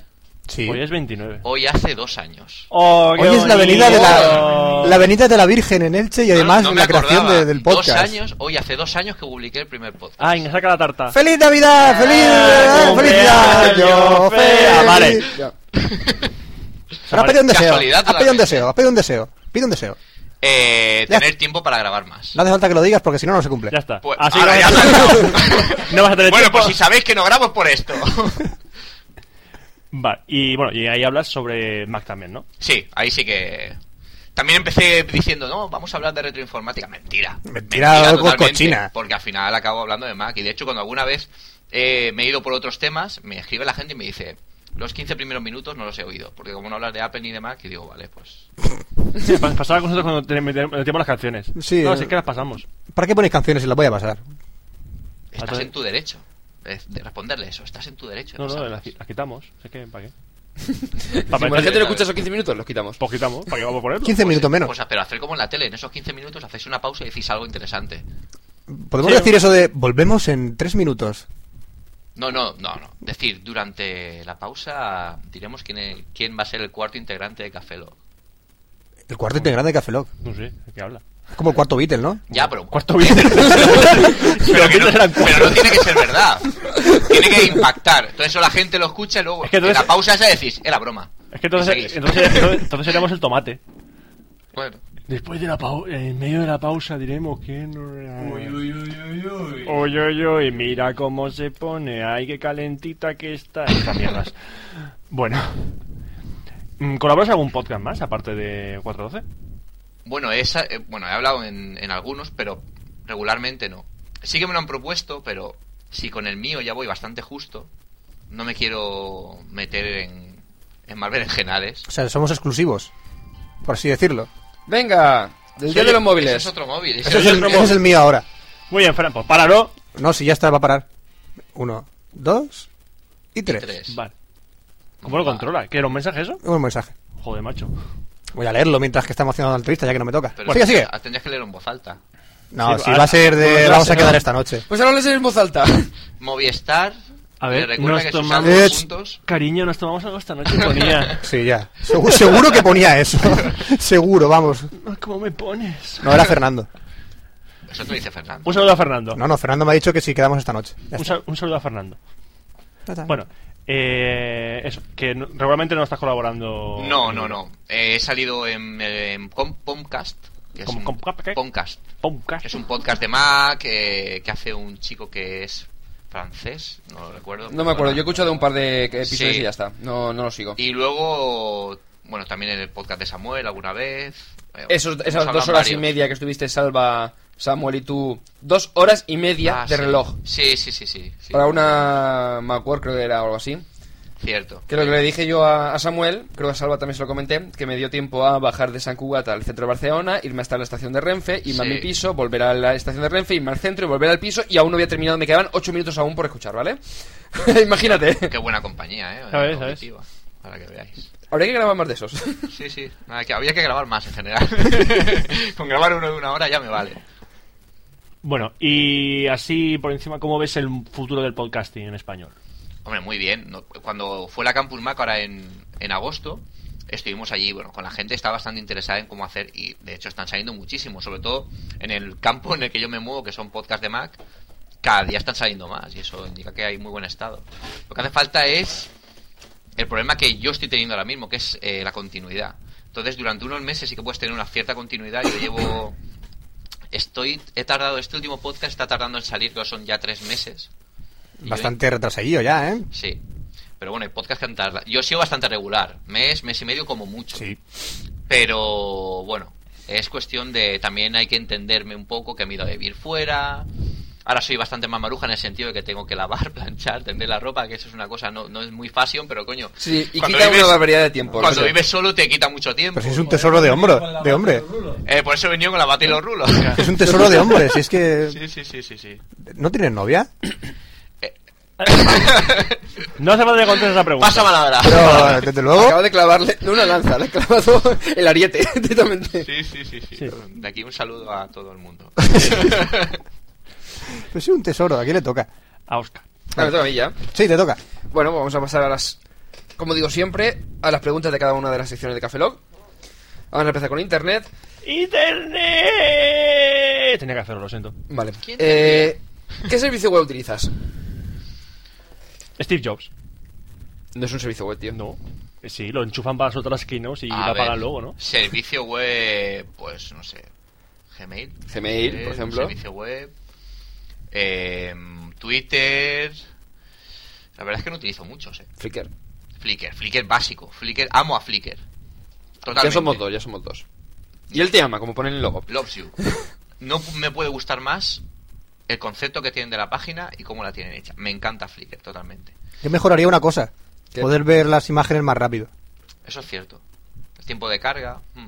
Sí.
Hoy Pues es 29.
hoy hace dos años
Oh, qué
Hoy es la
bonito.
avenida de la, la avenida de la Virgen en Elche y además
Ah, No, no me
la creación
acordaba.
de- del podcast.
dos años hoy hace dos años que publiqué el primer podcast
Ay, me saca la tarta.
¡Feliz Navidad! ¡Feliz,
Ah,
feliz año!
cumpleaños,
¡Feliz!
feliz. Ah, vale.
Ya.
Ahora pide un deseo.
Casualidad
Ahora pide un
totalmente.
deseo. Pide un deseo. Pide un deseo.
Eh,
Ya.
tener tiempo para grabar más.
No hace falta que lo digas porque si no, no se cumple.
Ya está.
Pues,
Así
ahora
no-
ya lo he dado.
no vas a tener
bueno,
tiempo.
pues si sabéis que no grabo es por esto.
Va, y bueno, y ahí hablas sobre Mac también, ¿no?
sí, ahí sí que. También empecé diciendo, no, vamos a hablar de retroinformática. Mentira.
Mentira, algo
totalmente,
cochina.
Porque al final acabo hablando de Mac. Y de hecho, cuando alguna vez eh, me he ido por otros temas, me escribe la gente y me dice, los 15 primeros minutos no los he oído. Porque como no hablas de Apple ni de Mac, y digo, vale, pues.
Sí, pas- pasaba con nosotros cuando te- metíamos metíamos las canciones.
Sí.
No, si es que las pasamos.
¿Para qué ponéis canciones si las voy a pasar?
Estás
Entonces-
en tu derecho. De de responderle eso, estás en tu derecho.
No,
no
no,
sabes.
las, qui- las quitamos. Si es que, ¿para qué?
pues,
Para
Como la gente
eh,
meter,
no escucha esos 15 minutos, los quitamos.
pues quitamos, ¿para qué vamos a ponerlo?
15 minutos menos.
Pues, pero hacer como en la tele, en esos 15 minutos hacéis una pausa y decís algo interesante.
Podemos
sí.
decir eso de volvemos en 3 minutos.
No, no, no, no. Decir, durante la pausa diremos quién, es- quién va a ser el cuarto integrante de Café Lock.
El cuarto integrante de Café Lock.
No sé, ¿de qué habla?
Es como el cuarto Beatle, ¿no?
Ya, pero...
Cuarto bien. pero
Pero, que no,
eran cuatro.
pero no tiene que ser verdad. Tiene que impactar. Entonces eso la gente lo escucha y luego
Es que
en
entonces-
la pausa esa decís, era broma.
Es que
Y
entonces,
seguís.
entonces, entonces, entonces seríamos el tomate.
Bueno,
Después de la pausa, en medio de la pausa diremos quién... Uy, uy, uy, uy, uy, uy, mira cómo se pone, ay, qué calentita que está. Estas mierdas. Bueno. Mm, ¿Colaboras en algún podcast más, aparte de 412?
bueno, esa, eh, bueno he hablado en, en algunos, pero regularmente no. Sí que me lo han propuesto, pero si con el mío ya voy bastante justo, no me quiero meter en, en más berenjenales.
O sea, somos exclusivos. Por así decirlo.
Venga, del día de los
Oye, ese
móviles.
es otro móvil. ese
Ese es,
otro
el,
móvil.
ese es el mío ahora.
Muy bien, Fran, pues páralo.
No, si ya está, va a parar. Uno, dos y tres.
Tres.
Vale. ¿Cómo lo
Va.
controla? ¿Que era un mensaje eso?
Un mensaje.
Joder, macho.
Voy a leerlo mientras que estamos haciendo la entrevista, ya que no me toca.
Pero
sigue, sigue.
ah, Tendrías que leer en voz alta.
No,
Sí,
si
ahora-
va a ser
bueno,
de
ya
vamos
sé,
a quedar
¿no?
esa noche.
Pues ahora lo lees en voz alta.
Movistar.
A
le
ver,
recuerda
nos
que sus
tomamos...
saldos
Eh,
juntos.
Cariño, nos tomamos algo esta noche, ponía.
Sí, ya. Segu- seguro que ponía eso. seguro, vamos.
Ay, ¿Cómo me pones?
No era Fernando.
Eso te lo dice Fernando.
Un saludo a Fernando.
No, no, Fernando me ha dicho que si quedamos esta noche. Ya
un,
está.
sal- un saludo a Fernando.
Ya está.
Bueno, eh, eso, que no- regularmente no estás colaborando.
No, no, no. Eh, he salido en, eh, en Com- Pomcast. que es
Com-
un-
Com- ¿qué?
Pomcast.
Podcast.
que Es un podcast de Mac eh, que hace un chico que es francés. No lo recuerdo.
No me acuerdo, yo he
perdona.
escuchado un par de episodios
Sí.
y ya está. No, no lo sigo.
Y luego, bueno, también en el podcast de Samuel alguna vez. Eh,
Esos-
nos
esas
hablan
dos horas y
varios.
media que estuviste salva Samuel y tú, dos horas y media
Ah,
de
sí.
reloj
Sí, sí, sí, sí. sí.
para una Macworld creo que era o algo así.
Cierto.
Que lo que le dije yo a, a Samuel, creo que a Salva también se lo comenté, que me dio tiempo a bajar de San Cugat al centro de Barcelona, irme hasta la estación de Renfe, irme a
Sí.
mi piso, volver a la estación de Renfe, irme al centro y volver al piso y aún no había terminado, me quedaban ocho minutos aún por escuchar, ¿vale? Imagínate.
Qué buena compañía, ¿eh?
¿Sabes? ¿Sabes?
Auditiva, Para que veáis.
Habría que grabar más de esos.
Sí, sí. Nada, que había que grabar más en general. Con grabar uno de una hora ya me vale.
Bueno, y así por encima, ¿cómo ves el futuro del podcasting en español?
Hombre, muy bien. No, Cuando fue la Campus Mac ahora en, en agosto, estuvimos allí, bueno, con la gente está bastante interesada en cómo hacer y de hecho están saliendo muchísimo, sobre todo en el campo en el que yo me muevo, que son podcasts de Mac, cada día están saliendo más y eso indica que hay muy buen estado. Lo que hace falta es el problema que yo estoy teniendo ahora mismo, que es eh, la continuidad. Entonces, durante unos meses sí que puedes tener una cierta continuidad. Yo llevo... Estoy... He tardado... Este último podcast está tardando en salir, que son ya tres meses. Y yo-
Bastante retrasadillo ya, ¿eh?
Sí. Pero bueno, el podcast que han tardado. Yo he sido bastante regular. Mes, mes y medio como mucho.
Sí.
Pero bueno, es cuestión de. También hay que entenderme un poco que me he ido a vivir fuera. Ahora soy bastante más maruja en el sentido de que tengo que lavar, planchar, tender la ropa, que eso es una cosa, no, no es muy fashion, pero coño.
Sí, y
cuando
quita
vives-
una barbaridad de tiempo.
Cuando
no sé.
vives solo te quita mucho tiempo.
Pero si es un tesoro de hombro, de hombre.
Eh, por eso he venido con la bata y los rulos.
Es un tesoro de hombres, si es que...
sí, sí, sí, sí, sí.
¿No tienes novia?
No hace falta que contestes esa pregunta.
Pasa palabra.
Pero, desde luego...
Acaba de clavarle, no una lanza, le ha clavado el ariete directamente.
Sí, sí, sí, sí,
Sí.
De aquí un saludo a todo el mundo.
Pues es un tesoro, ¿a quién le toca?
A Oscar.
Ah, me toca a mí ya.
Sí, te toca.
Bueno, pues vamos a pasar a las, como digo siempre, a las preguntas de cada una de las secciones de Café Lock. Vamos a empezar con Internet.
¡Internet! Tenía que hacerlo, lo siento.
Vale.
¿Quién
Eh, ¿Qué servicio web utilizas?
Steve Jobs.
No es un servicio web, tío.
No. Sí, lo enchufan para las otras keynotes y
A
la
ver,
pagan luego, ¿no?
Servicio web, pues no sé. Gmail.
Gmail, por
eh,
ejemplo.
Servicio web. eh, Twitter. La verdad es que no utilizo muchos, eh.
Flickr.
Flickr, Flickr básico. Flickr, amo a Flickr. Totalmente.
Ya somos dos, ya somos dos. Y él te ama, como pone en el logo.
Loves you. No pu- me puede gustar más el concepto que tienen de la página y cómo la tienen hecha. Me encanta Flickr, totalmente.
Yo mejoraría una cosa.
¿Qué?
Poder ver las imágenes más rápido.
Eso es cierto. El tiempo de carga. mm.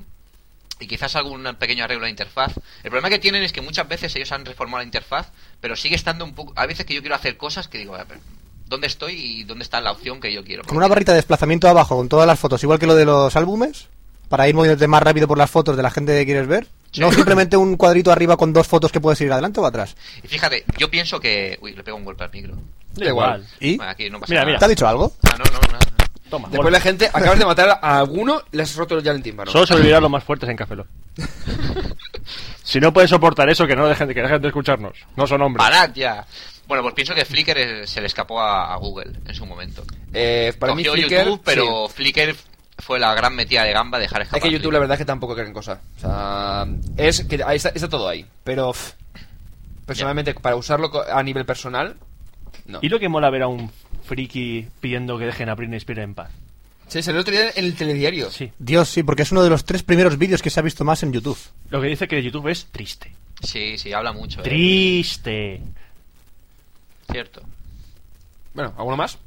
Y quizás algún pequeño arreglo de interfaz. El problema que tienen es que muchas veces ellos han reformado la interfaz, pero sigue estando un poco... A veces que yo quiero hacer cosas que digo, a ver, ¿dónde estoy y dónde está la opción que yo quiero?
Con una barrita de desplazamiento abajo, con todas las fotos, igual que lo de los álbumes, para ir moviéndote más rápido por las fotos de la gente que quieres ver.
Sí.
No simplemente un cuadrito arriba con dos fotos que puedes ir adelante o atrás.
Y fíjate, yo pienso que... Uy, le pego un golpe al micro.
Da
igual.
¿Y?
Bueno, aquí no pasa
Mira,
nada.
¿Te ha dicho algo?
Ah, no, no, nada.
Toma.
Después la gente, acabas de matar a alguno, le has roto ya el tímpano.
Solo sobrevivirán los más fuertes en Café Lock. si no puedes soportar eso, que no dejen, que dejen de escucharnos. No son hombres.
Parad ya. Bueno, pues pienso que Flickr eh, se le escapó a a Google en su momento.
Eh, para mí
Cogió
Flickr,
YouTube, pero
sí.
Flickr fue la gran metida de gamba dejar escapar.
Es que YouTube
Flickr.
la verdad es que tampoco creen cosa. O sea, es que ahí está, está todo ahí. Pero pff, personalmente, para usarlo co- a nivel personal, no.
Y lo que mola ver a un friki pidiendo que dejen a Britney Spears en paz.
Sí, salió el otro día en el telediario.
Sí.
Dios, sí, porque es uno de los tres primeros vídeos que se ha visto más en YouTube.
Lo que dice que YouTube es triste.
Sí, sí, habla mucho. eh.
Triste.
Cierto.
Bueno, ¿alguno más?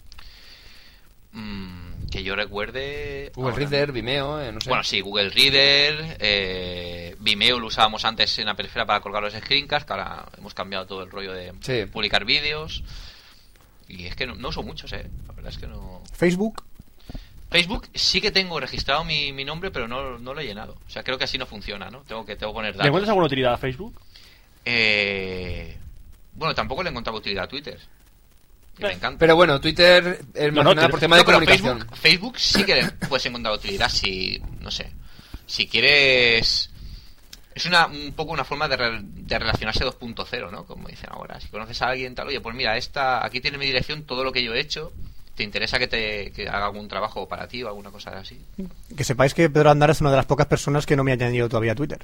Mm, que yo recuerde.
Google
ahora.
Reader, Vimeo, eh, no sé.
Bueno, sí, Google Reader, eh, Vimeo lo usábamos antes en la perifera para colgar los screencasts, que ahora hemos cambiado todo el rollo de
Sí.
publicar vídeos. Y es que no, no uso muchos, eh. La verdad es que no.
Facebook,
Facebook sí que tengo registrado mi, mi nombre, pero no, no lo he llenado. O sea, creo que así no funciona, ¿no? Tengo que, tengo que poner
¿Le encuentras
datos.
alguna utilidad a Facebook?
Eh, bueno, tampoco le encontraba utilidad a Twitter. Y me
Eh,
encanta.
Pero bueno, Twitter es
No,
más
no,
que nada
Twitter-
por tema
No,
de
pero
comunicación.
Facebook, Facebook sí que le puedes encontrar utilidad si, no sé, si quieres... Es una, un poco una forma de, re- de relacionarse 2.0, ¿no? Como dicen ahora. Si conoces a alguien, tal, oye, pues mira, esta, aquí tiene mi dirección, todo lo que yo he hecho. ¿Te interesa que te que haga algún trabajo para ti o alguna cosa así?
que sepáis que Pedro Andar es una de las pocas personas que no me ha añadido todavía a Twitter.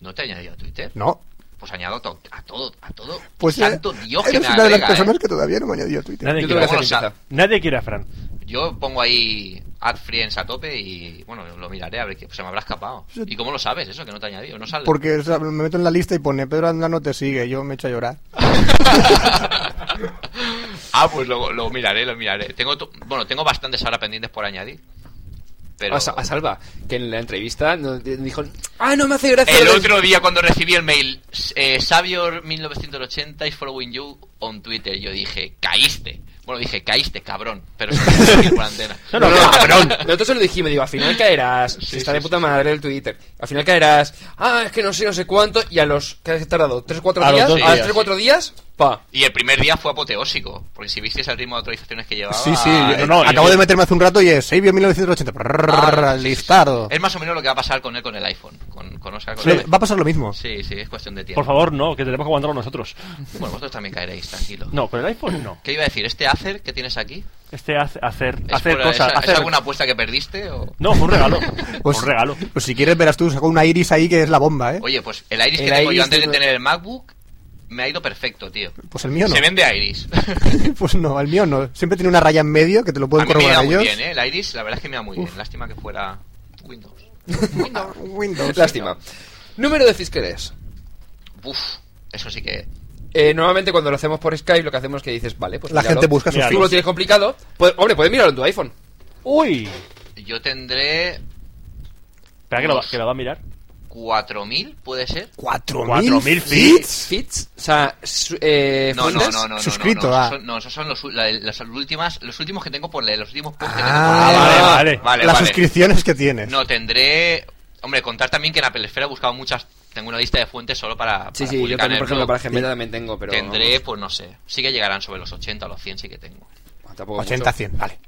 ¿No te he añadido a Twitter?
No.
Pues añado to- a todo, a todo.
Pues
Santo
eh,
Dios que
eres
me
una de
agrega,
las personas
¿eh?
que todavía no me ha añadido a Twitter.
Nadie
Yo tengo
quiere,
que
a-
Vamos
hacer
a usar.
limpieza.
nadie quiere a Fran.
Yo pongo ahí ad friends a tope y bueno, lo miraré a ver que se me habrá escapado. ¿Y cómo lo sabes eso que no te ha añadido? No sale.
Porque o sea, me meto en la lista y pone Pedro Andar no te sigue, yo me echo a llorar.
ah, pues lo, lo miraré, lo miraré. Tengo to- bueno, tengo bastantes ahora pendientes por añadir. Pero
A, Sa- a Salva, que en la entrevista nos di- dijo, ah, no me hace gracia.
el
lo del-
otro día cuando recibí el mail eh, Savior 1980 is following you on Twitter, yo dije, "Caíste." Bueno, dije, "Caíste, cabrón", pero se me salió por antena.
No, no,
cabrón. Nosotros se lo dijimos, digo, al final caerás. si
Sí,
está
sí,
de
sí,
puta madre el Twitter. Al final caerás. Ah, es que no sé, no sé cuánto. Y a los que has tardado 3 4
A los
días,
dos
a los
días.
3 4 días, pa.
Y el primer día fue apoteósico, porque si visteis el ritmo de autorizaciones que llevaba
sí, sí,
no,
eh,
no,
acabo
yo-
de meterme hace un rato y es Savio 1980. Prrrr,
Ah,
listado.
Es más o menos lo que va a pasar con él con el iPhone. Con, con Oscar, con
Sí,
el iPhone.
Va a pasar lo mismo.
Sí, sí, es cuestión de tiempo.
Por favor, no, que tenemos que aguantarlo nosotros.
Bueno, vosotros también caeréis, tranquilo.
No, con el iPhone no.
¿Qué iba a decir? ¿Este Acer que tienes aquí?
Este hace, hacer,
¿Es,
hacer
por-
cosas.
es- es
hacer...
alguna apuesta que perdiste? o-
No, fue un regalo.
Pues-
un regalo.
Pues si quieres verás tú, saco una iris ahí que es la bomba, ¿eh?
Oye, pues el Iris
El
que tengo
Iris
yo antes de
de-
tener el MacBook me ha ido perfecto, tío.
Pues el mío no.
Se vende Iris.
pues no, el mío no. Siempre tiene una raya en medio que te lo
a
pueden
mí me iba
corroborar
muy
ellos.
bien, ¿eh? El Iris, la verdad es que me iba muy bien. Lástima que fuera Windows. ¿eh?
Ah, Windows.
Lástima. Número de fisqueres.
Uf, eso sí que...
Eh, normalmente cuando lo hacemos por Skype lo que hacemos es que dices, vale, pues
La
míralo.
gente busca sus
Míralo.
Tú lo tienes complicado. Pues, hombre, puedes mirarlo en tu iPhone.
Uy.
Yo tendré
Espera, que lo, va, que lo va a mirar.
4.000, ¿puede ser?
¿Cuatro
Cuatro mil feeds.
Fits. O sea, su- eh,
No, no,
fuentes.
no, no, no,
Suscrito,
no, no,
ah.
esos son- no, esos son los, u- la- las últimas, los últimos que tengo por leer, los últimos posts que tengo por
Ah,
leer.
vale,
Ah,
vale.
Vale,
Las
vale.
suscripciones que tienes.
No, tendré. Hombre, contar también que en la pelesfera he buscado muchas. Tengo una lista de fuentes solo para.
Sí,
para
sí, yo
publicar en
también,
el
por ejemplo,
blog.
para Gmail también tengo, pero...
Tendré, pues no sé. Sí que llegarán sobre los 80 o los 100, sí que tengo.
Tampoco mucho.
80, 100, vale.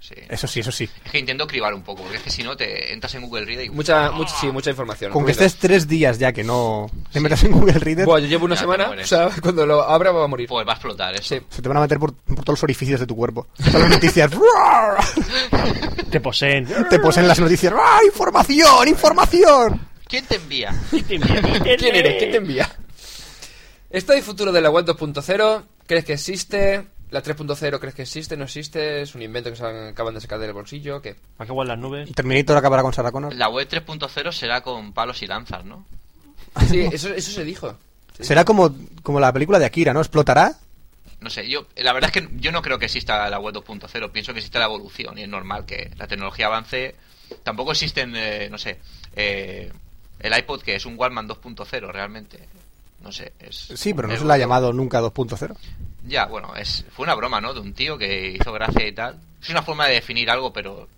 Sí.
Eso sí, eso sí.
Es que intento cribar un poco, porque es que si no te entras en Google Reader y...
Mucha, mucha, sí, mucha información.
Con que
ruido.
estés tres días ya que no te metas en Google Reader,
Buah, yo llevo una
Ya te
semana, o
mueres.
sea, cuando lo abra va a morir.
Pues va a explotar eso.
Sí.
se te van a meter por, por todos los orificios de tu cuerpo. Son las noticias. ¡Ruar!
Te poseen.
te poseen las noticias. ¡Ah, información! ¡Información!
¿Quién te envía?
¿Quién eres? ¿Quién te envía? ¿Está el futuro de la web 2.0? ¿Crees que existe? ¿La 3.0 crees que existe? ¿No existe? ¿Es un invento que se han- acaban de sacar del bolsillo? ¿Qué?
¿Para qué guardan las nubes?
Terminator acabará con Sarah Connor.
La web 3.0 será con palos y lanzas, ¿no?
Sí, eso, eso se dijo.
Será como, como la película de Akira, ¿no? Explotará.
No sé, yo la verdad es que yo no creo que exista la web 2.0, pienso que existe la evolución y es normal que la tecnología avance. Tampoco existen, eh, no sé, eh, el iPod que es un Wallman 2.0 realmente. No sé, es...
Sí, pero no se la ha llamado nunca 2.0.
Ya, bueno, es, fue una broma, ¿no? De un tío que hizo gracia y tal. Es una forma de definir algo, pero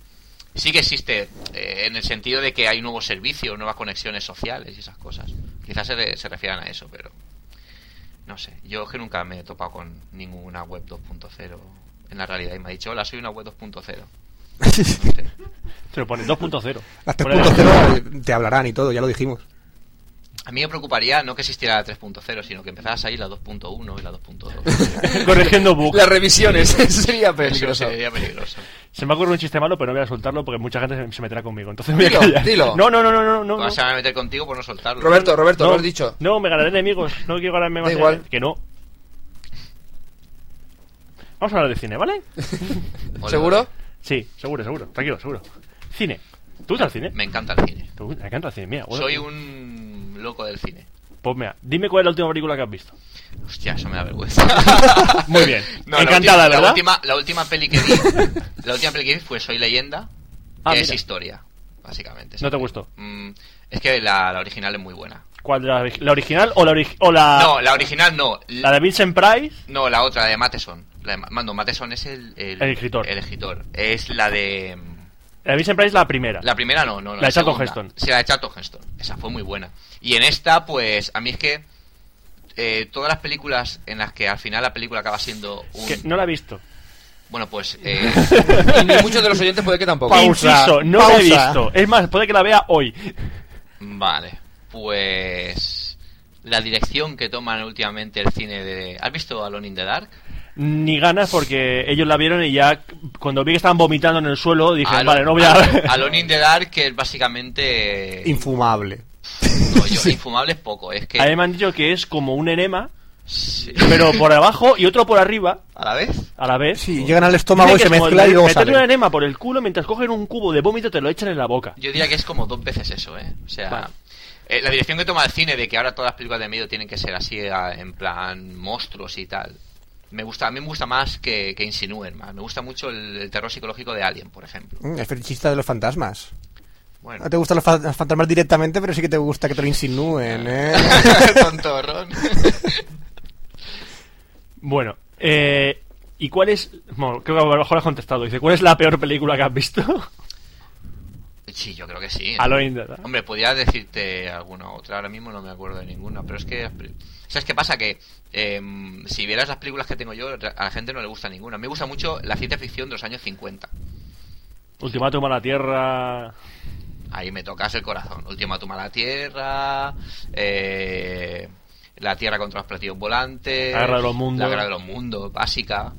sí que existe eh, en el sentido de que hay nuevos servicios, nuevas conexiones sociales y esas cosas. Quizás se, re- se refieran a eso, pero no sé. Yo es que nunca me he topado con ninguna web 2.0 en la realidad y me ha dicho, hola, soy una web 2.0. No sé.
Te lo ponen 2.0.
Las
Por ahí.
3.0 te hablarán y todo, ya lo dijimos.
A mí me preocuparía no que existiera la 3.0, sino que empezara a salir la 2.1 y la 2.2.
Corrigiendo bug.
Las revisiones, eso sería
Eso
peligroso.
sería peligroso.
Se me ha ocurrido un chiste malo, pero no voy a soltarlo porque mucha gente se meterá conmigo. Entonces me voy
Dilo,
a callar.
dilo.
No, no, no, no, no. no,
Ahora Se van a meter contigo por no soltarlo.
Roberto, Roberto,
no.
lo has dicho.
No, me ganaré enemigos. No quiero ganarme
Da
más.
igual.
Que no. Vamos a hablar de cine, ¿vale?
Hola.
¿Seguro?
Sí, seguro, seguro. Tranquilo, seguro. Cine. ¿Tú gusta el cine?
Me encanta el cine.
¿Te gusta? Me encanta el cine. Mira,
Soy un loco del cine.
Pues mira, dime cuál es la última película que has visto.
Hostia, eso me da vergüenza.
Muy bien.
No, la
Encantada,
última-
¿verdad?
La última, la última peli que vi, la última peli que vi fue Soy Leyenda, que
Ah,
es
mira.
historia, básicamente.
¿No te gustó?
Mm, es que la, la original es muy buena.
¿Cuál de la, ori- la original o la, ori- o la,
No, la original no. L-
Ah. la de Vincent Price?
No, la otra, la de Mateson. La de Ma- no, Mateson es el, el,
El escritor.
El escritor. Es la de...
La de Vincent Price la primera.
La primera no, no. no,
La de Charlton
segunda.
Heston.
Sí, la de Charlton Heston. Esa fue muy buena. Y en esta, pues, a mí es que eh, todas las películas en las que al final la película acaba siendo un...
Que no la he visto.
Bueno, pues... eh,
Y ni muchos de los oyentes puede que tampoco.
Pausa,
Inciso, no la he
pausa.
visto. Es más, puede que la vea hoy.
vale, pues... La dirección que toman últimamente el cine de... ¿Has visto Alone in the Dark?
Ni ganas porque ellos la vieron y ya cuando vi que estaban vomitando en el suelo dije,
Alo-
vale, no voy a
Alo-
ver.
Alone in the Dark, que es básicamente...
Infumable.
no, yo- infumable es poco, es que...
A mí me han dicho que es como un enema,
Sí.
pero por abajo y otro por arriba
¿A la vez?
a la vez.
Sí, llegan al estómago y se mezcla y luego
Meter un
sale.
enema por el culo mientras cogen un cubo de vómito te lo echan en la boca.
Yo diría que es como dos veces eso, ¿eh? O sea,
Vale.
eh, la dirección que toma el cine de que ahora todas las películas de medio tienen que ser así, a- en plan monstruos y tal. Me gusta, a mí me gusta más que, que insinúen más. Me gusta mucho el, el terror psicológico de Alien, por ejemplo.
Mm, Es fetichista de los fantasmas.
Bueno,
No Ah, te gustan los, fa- los fantasmas directamente, pero sí que te gusta que te lo insinúen,
Ah.
¿eh?
tontorrón.
Bueno, eh, ¿y cuál es...? Bueno, creo que a lo mejor has contestado. Dice, ¿cuál es la peor película que has visto?
Sí, yo creo que sí.
Alone in the Dark.
Hombre, podía decirte alguna otra. Ahora mismo no me acuerdo de ninguna. Pero es que. las peli- ¿Sabes qué pasa? Que em, si vieras las películas que tengo yo, a la gente no le gusta ninguna. Me gusta mucho la ciencia ficción de los años 50.
Ultimátum a la Tierra...
Ahí me tocas el corazón. Ultimátum a la Tierra. eh, la Tierra contra los platillos volantes.
La Guerra de los Mundos.
La Guerra de los Mundos, básica.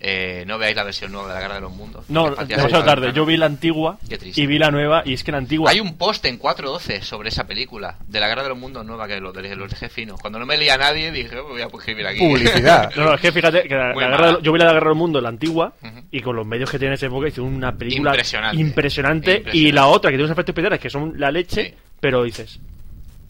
Eh, no veáis la versión nueva de la Guerra de los Mundos.
No,
Que partía
demasiado
sobre-
tarde. Yo vi la antigua
Qué triste.
y vi la nueva y es que la antigua...
Hay un post en 412 sobre esa película, de la Guerra de los Mundos Nueva, que lo, lo dejé fino. Cuando no me leía nadie, dije, "Oh, voy a escribir aquí.
Publicidad.
No, no, es que fíjate, que la-
Muy
la
mala.
guerra de- yo vi la de la guerra del mundo, la antigua,
Ujú.
y con los medios que tiene en esa época hizo una película
Impresionante.
impresionante, y
Impresionante.
la otra que tiene unos efectos especiales que son la leche,
Sí.
pero dices,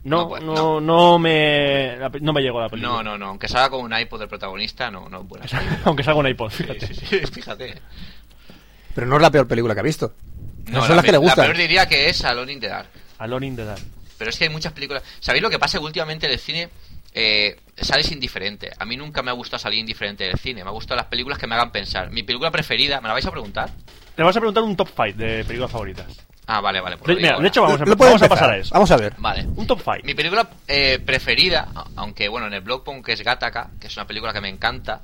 no, no,
No, pues,
no,
no.
me, la pe- no me llegó la película.
no, no, no. Aunque salga con un iPod del protagonista, no, no es buena. película.
Aunque salga un iPod,
Sí,
fíjate.
sí, sí, fíjate.
Pero no es la peor película que ha visto. No, son
la
las que
pe-
le
La
gustan.
peor diría que es Alone in the Dark.
Alone in the Dark.
Pero es que hay muchas películas. ¿Sabéis lo que pasa? Que últimamente en el cine eh, sales indiferente. A mí nunca me ha gustado salir indiferente del cine. Me ha gustado las películas que me hagan pensar. Mi película preferida, ¿me la vais a preguntar?
Te vas a preguntar un top 5 de películas favoritas.
Ah, vale, vale. pues
De,
lo digo
mira, de
ahora.
hecho vamos, a,
Lo puedes
vamos a
empezar.
pasar a eso.
Vamos a ver.
Vale.
Un top 5.
Mi película
Mm.
eh, preferida, a- aunque bueno, en el blog pongo que es Gattaca, que es una película que me encanta.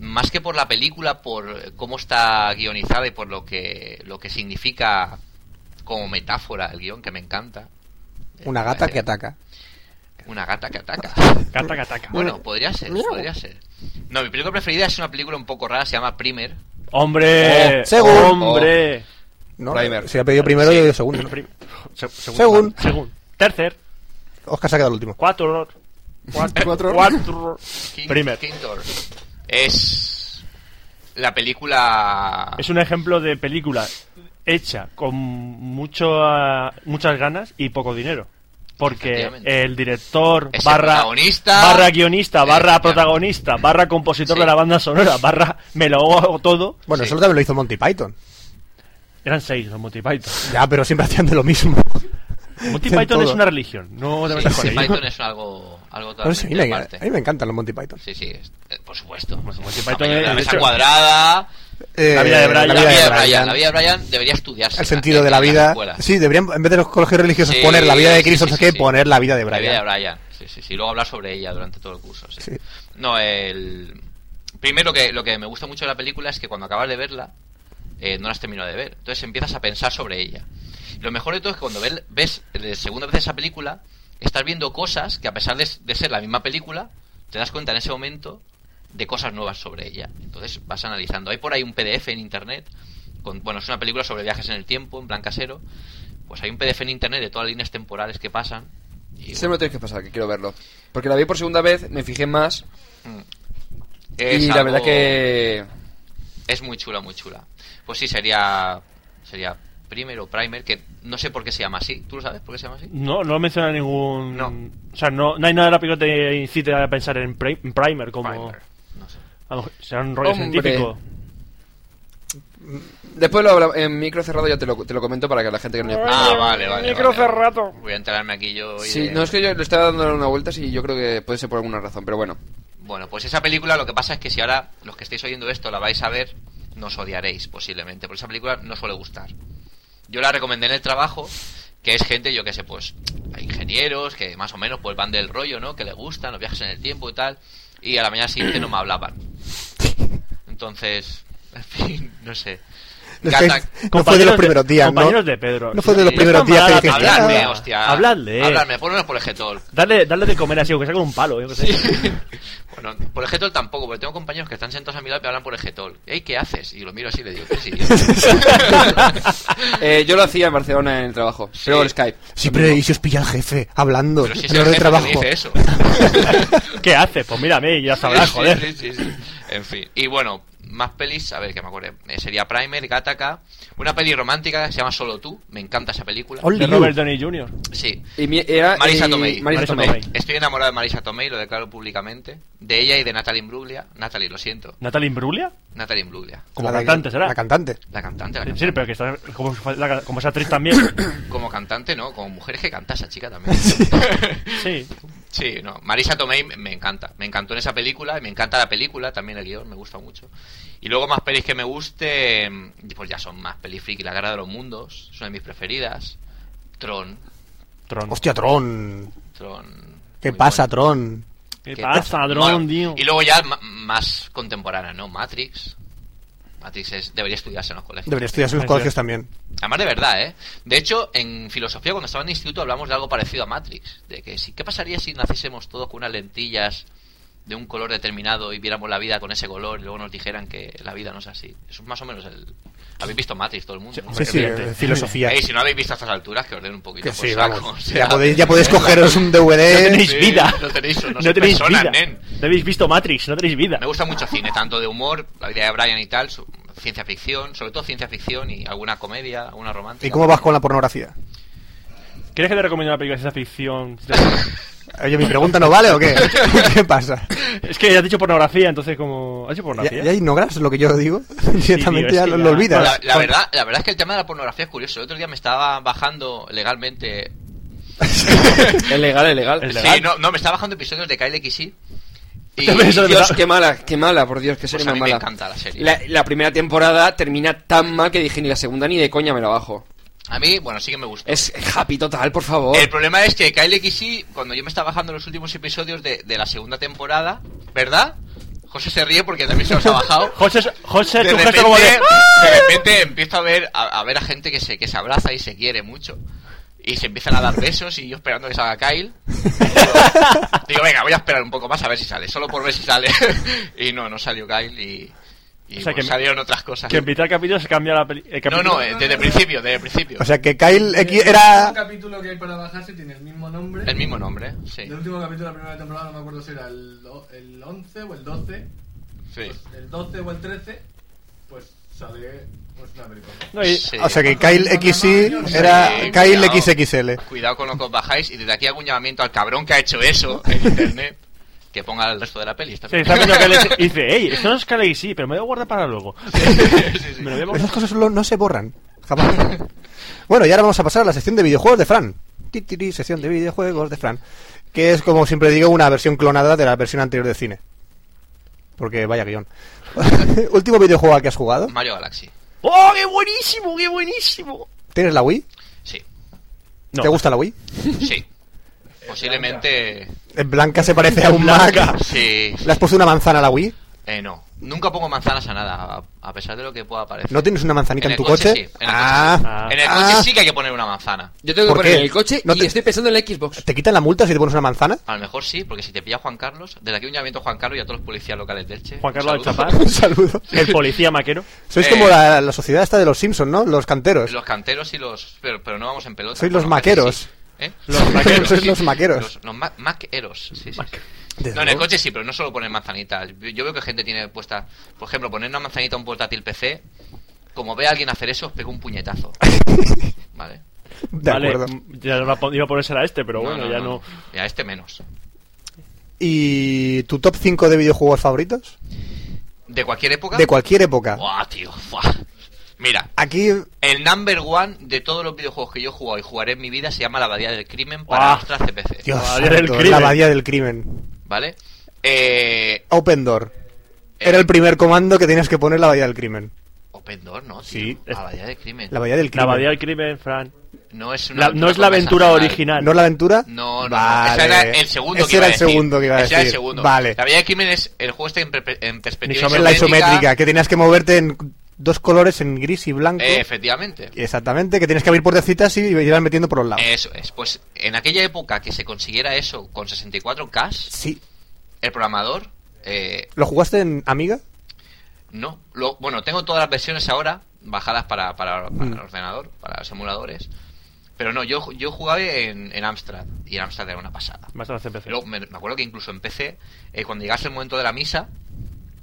más que por la película, por cómo está guionizada y por lo que, lo que significa como metáfora el guión, que me encanta.
Una
Me
gata
parece-
que ataca.
Una gata que ataca.
Gata que ataca.
Bueno, podría ser, podría ser. No, mi película preferida es una película un poco rara, se llama Primer.
¡Hombre!
Oh, según.
¡Hombre!
¿no?
Primer.
Si ha pedido primero,
Sí.
yo digo segundo.
Prim- se- Según.
Según.
Según. Tercer.
Oscar se ha quedado el último.
Cuatro. Cuatro.
Cuatro.
cuatro.
Quin-
Primer.
Quintor. Es la película...
Es un ejemplo de película hecha con mucho, ah, muchas ganas y poco dinero. Porque
Efectivamente.
el director
Es el
barra,
protagonista.
barra guionista, barra
Efectivamente.
protagonista, barra compositor
Sí.
de la banda sonora, barra me lo hago todo.
Bueno,
Sí.
eso también lo hizo Monty Python.
Eran seis los Monty Python.
Ya, pero siempre hacían de lo mismo.
Monty
Hacen
Python es
todo.
una religión, no te
Sí,
metas con
sí,
ello.
Python es algo, algo
No sé,
totalmente
a, mí me,
aparte.
a mí me encantan los Monty Python.
Sí, sí, es- eh, por supuesto.
Pues como si
La
Python
película de
es-
la mesa
de hecho-
cuadrada.
Eh,
vida de Brian.
La,
La
vida
vida
de Brian. La vida de Brian debería estudiarse.
El sentido de la vida. Sí, deberían, en vez de los colegios religiosos,
Sí,
poner la vida de
sí,
Cristo,
sí,
no sé qué,
sí.
poner la vida de
La vida de
Brian.
Brian. Sí, sí, sí. Luego hablar sobre ella durante todo el curso. Sí.
Sí.
No, el. Primero que lo que me gusta mucho de la película es que cuando acabas de verla, eh, no la has terminado de ver. Entonces empiezas a pensar sobre ella. Lo mejor de todo es que cuando vel- ves la segunda vez esa película, estás viendo cosas que a pesar de, de ser la misma película, te das cuenta en ese momento de cosas nuevas sobre ella. Entonces vas analizando. Hay por ahí un PDF en internet. Con, bueno, es una película sobre viajes en el tiempo, en plan casero. Pues hay un PDF en internet de todas las líneas temporales que pasan. Y,
Este me lo tienes que pasar, que quiero verlo. Porque la vi por segunda vez, me fijé más.
Mm. Es
Y la
algo-
verdad que.
Es muy chula, muy chula. Pues sí, sería. Sería Primer o Primer, que no sé por qué se llama así. ¿Tú lo sabes por qué se llama así?
No, no menciona ningún.
No.
O sea, no, no hay nada de la película que te incite a pensar en, pri- en Primer como.
Primer. No sé.
a lo mejor será un rollo
Hombre.
científico.
Después lo habla- en micro cerrado ya te lo, te lo comento para que la gente que no haya-
Ah, vale, vale.
micro
vale.
cerrado.
Voy a enterarme aquí yo. y
Sí,
de-
no es que yo le estaba dando una vuelta, y yo creo que puede ser por alguna razón, pero bueno.
Bueno, pues esa película lo que pasa es que si ahora los que estáis oyendo esto la vais a ver, nos odiaréis posiblemente, porque esa película no suele gustar. Yo la recomendé en el trabajo, que es gente, yo que sé, pues hay ingenieros que más o menos pues van del rollo, ¿no? Que le gustan los viajes en el tiempo y tal, y a la mañana siguiente no me hablaban. Entonces, en fin, no sé.
No, es que
Gata- Eh,
no fue de los
Compañeros
primeros días, ¿no?
Compañeros de Pedro.
No fue de los
Sí,
primeros
está
días que
mal,
dices,
hablarme,
Habladme,
"Ah".
hostia.
Habladle.
Habladme, ponnos por ejetol.
Darle, darle de comer así, aunque sea con un palo, yo qué sé.
Bueno, por ejetol tampoco, porque tengo compañeros que están sentados a mi lado y me hablan por ejetol. Ey, ¿qué haces? Y lo miro así y le digo, ¿qué sí?
Eh, yo lo hacía en Barcelona en el trabajo, pero por Skype.
Sí, pero ¿y si os pilla el jefe hablando
Pero si es
en
el
hora de
jefe que me
trabajo?
dice eso.
¿Qué haces? Pues mira a mí, ya sabrás,
Sí,
joder.
sí, sí, sí. En fin. Y bueno, más pelis, a ver que me acuerdo. Sería Primer, Gattaca. Una peli romántica que se llama Solo tú. Me encanta esa película.
Only
De
you.
Robert Downey Jr.
Sí.
Y mi- era,
Marisa
y-
Tomei.
Marisa
Marisa
Tomei.
Tomei.
Estoy enamorado de Marisa Tomei, lo declaro públicamente. De ella y de Natalie Imbruglia. Natalie, lo siento.
¿Natalie Imbruglia?
Natalie Imbruglia.
Como
La de-
cantante, ¿será?
La cantante.
La cantante, la
Sí,
cantante.
pero que está como, la- como es actriz también.
Como cantante, no. Como mujer que canta esa chica también.
Sí.
Sí, no. Marisa Tomei me- me encanta. Me encantó en esa película y me encanta la película, también el guión, me gusta mucho. Y luego más pelis que me guste, mm, pues ya son más pelis friki. La Guerra de los Mundos es una de mis preferidas. Tron.
Tron.
Hostia, Tron.
Tron.
¿Qué
muy
pasa,
buena.
Tron?
¿Qué
¿Qué
pasa,
Bueno,
dron, tío?
Y luego ya ma- más contemporánea, ¿no? Matrix. Matrix es- debería estudiarse en los colegios.
Debería estudiarse en los
Sí.
colegios también.
Además, de verdad, ¿eh? De hecho, en filosofía, cuando estaba en el instituto, hablamos de algo parecido a Matrix. De que si, ¿qué pasaría si naciésemos todos con unas lentillas de un color determinado y viéramos la vida con ese color y luego nos dijeran que la vida no es así? Eso es más o menos el... Habéis visto Matrix todo el mundo, ¿no?
Sí, sí,
evidente.
eh, filosofía.
Ey, si no habéis visto a estas alturas, que os den un poquito
Que
por
sí,
saco,
vamos.
o sea,
Ya podéis, ya podéis cogeros un DVD.
No tenéis
Sí,
vida.
no tenéis- no sois
No tenéis
personas,
vida.
nen.
No habéis visto Matrix, no tenéis vida.
Me gusta mucho cine, tanto de humor, la vida de Brian y tal, su- ciencia ficción, sobre todo ciencia ficción y alguna comedia, alguna romántica.
¿Y cómo vas con la pornografía?
¿Quieres que te recomiende una película de ciencia ficción?
Oye, ¿mi pregunta no vale o qué? ¿Qué pasa?
Es que has dicho pornografía, entonces como... ¿Has dicho pornografía?
¿Ya, ya ignoras lo que yo digo? Directamente
tío,
ya
es que
lo,
ya-
lo olvidas.
la, la verdad, la verdad es que el tema de la pornografía es curioso. El otro día me estaba bajando legalmente.
Es legal, es legal.
Es
Sí, no, no, me estaba bajando episodios de Kyle XY. Y
También eso-
Dios, qué mala, qué mala, por Dios, qué
Pues
serie
a
más
mí me
mala.
encanta la serie.
La, la primera temporada termina tan mal que dije ni la segunda ni de coña me la bajo.
a mí, bueno, sí que me gusta.
Es happy total, por favor.
El problema es que Kyle XY, cuando yo me estaba bajando los últimos episodios de, de la segunda temporada, ¿verdad? José se ríe porque también se los ha bajado.
José, José,
de
tu
repente,
gesto como de... ¡Ah!
de repente empiezo a ver a, a ver a gente que se, que se abraza y se quiere mucho. Y se empiezan a dar besos y yo esperando que salga Kyle. Digo, digo, venga, voy a esperar un poco más a ver si sale, solo por ver si sale. y no, no salió Kyle y, y
O sea,
pues
que-
salieron otras cosas.
Que en mitad del capítulo se cambia la peli... el
No,
capítulo.
no, eh, desde el principio, desde el principio.
O sea que Kyle X
Un
era.
capítulo que hay para bajarse tiene el mismo nombre.
El mismo nombre, sí.
El último capítulo de la primera temporada, no me acuerdo si era el, do- el 11 o el 12.
sí.
Pues el 12 o el 13, pues sale pues, una película.
No, y-
Sí.
O sea que Kyle XY era
Sí,
Kyle
cuidado.
XXL.
Cuidado con lo que os bajáis y desde aquí hago un llamamiento al cabrón que ha hecho eso en internet. Que ponga el resto de la peli. está
Se
bien.
está viendo que le- y dice, hey, esto no es Cali, sí, pero me lo voy a guardar para luego.
Sí, sí.
Me lo voy a guardar.
Esas cosas solo no se borran. Jamás. bueno, y ahora vamos a pasar a la sección de videojuegos de Fran. Ti, ti, ti, sección de videojuegos de Fran. Que es, como siempre digo, una versión clonada de la versión anterior de cine. Porque vaya guión. Último videojuego al que has jugado.
Mario Galaxy.
¡Oh, qué buenísimo, qué buenísimo!
¿Tienes la Wii?
Sí,
No.
¿Te gusta la Wii?
sí. Posiblemente.
En blanca se parece a un
Blanca.
Mac.
Sí.
¿Le has puesto una manzana a la Wii?
Eh, no. Nunca pongo manzanas a nada, a- a pesar de lo que pueda parecer.
¿No tienes una manzanita en,
En el
tu
coche,
coche?
sí, en el coche
ah,
sí. Ah.
En el
Ah.
coche sí que hay que poner una manzana.
Yo tengo que
¿Por
poner
qué?
en el coche
No
y
te-
estoy pensando en la Xbox.
¿te quitan la multa si te pones una manzana?
A lo mejor sí, porque si te pilla Juan Carlos, desde aquí un llamamiento a Juan Carlos y a todos los policías locales del Che.
Juan Carlos del Chapar,
Un saludo.
el policía maquero.
Sois
Eh.
como la, la sociedad esta de los Simpsons, ¿no? Los canteros.
Los canteros y los. Pero, pero no vamos en pelota.
Sois los
Bueno, a veces
maqueros.
sí. ¿Eh?
Los maqueros.
Sois
sí.
los maqueros.
Los, los ma- maqueros. Sí, sí, sí.
Desde
No, en el
luego.
coche sí, pero no solo poner manzanitas. Yo veo que gente tiene puesta. Por ejemplo, poner una manzanita a un portátil PC. Como ve a alguien hacer eso, os pego un puñetazo. Vale.
De
vale,
acuerdo.
m- ya iba a pon- iba a ponerse a este, pero bueno, ya no.
Y a este menos.
¿Y tu top 5 de videojuegos favoritos?
¿De cualquier época?
De cualquier época.
Buah, tío. buah. Mira,
Aquí,
el number one de todos los videojuegos que yo he jugado y jugaré en mi vida se llama La Abadía del Crimen
Buah.
para nuestra CPC.
Dios
Abadía del
santo,
crimen.
la abadía del crimen.
¿Vale? Eh,
Open Door. Era el primer comando que tenías que poner la abadía del crimen.
Open Door, ¿no?
Sí.
tío? La Abadía del Crimen.
La abadía del
La
crimen.
abadía del crimen, Fran.
No es, una
La- no es la aventura
conversacional.
original.
¿No es la aventura?
No, no, no.
Vale.
Ese era el segundo
Ese
que
era
iba a
el
decir.
segundo que iba a
Ese era el
decir.
segundo.
Vale.
La Vida de Crimen es el juego este en, pre- en perspectiva
Es la isométrica, que tenías que moverte en dos colores, en gris y blanco.
Eh, efectivamente.
Exactamente, que tienes que abrir puertecitas y llevas metiendo por los lados.
Eso es. Pues en aquella época que se consiguiera eso con 64K,
Sí.
el programador... Eh,
¿Lo jugaste en Amiga?
no. Lo- bueno, tengo todas las versiones ahora bajadas para, para, para
Mm.
el ordenador, para los emuladores. Pero no, yo, yo jugaba en, en Amstrad. Y en Amstrad era una pasada.
Vas a hacer PC.
Luego, me, me acuerdo que incluso en PC, eh, cuando llegase el momento de la misa,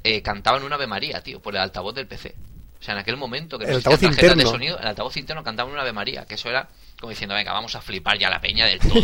eh, cantaban una Ave María, tío, por el altavoz del PC. O sea, en aquel momento que no
El
existían
altavoz
tarjetas de
interno.
sonido, el altavoz interno cantaban una Ave María, que eso era como diciendo, venga, vamos a flipar ya la peña del todo.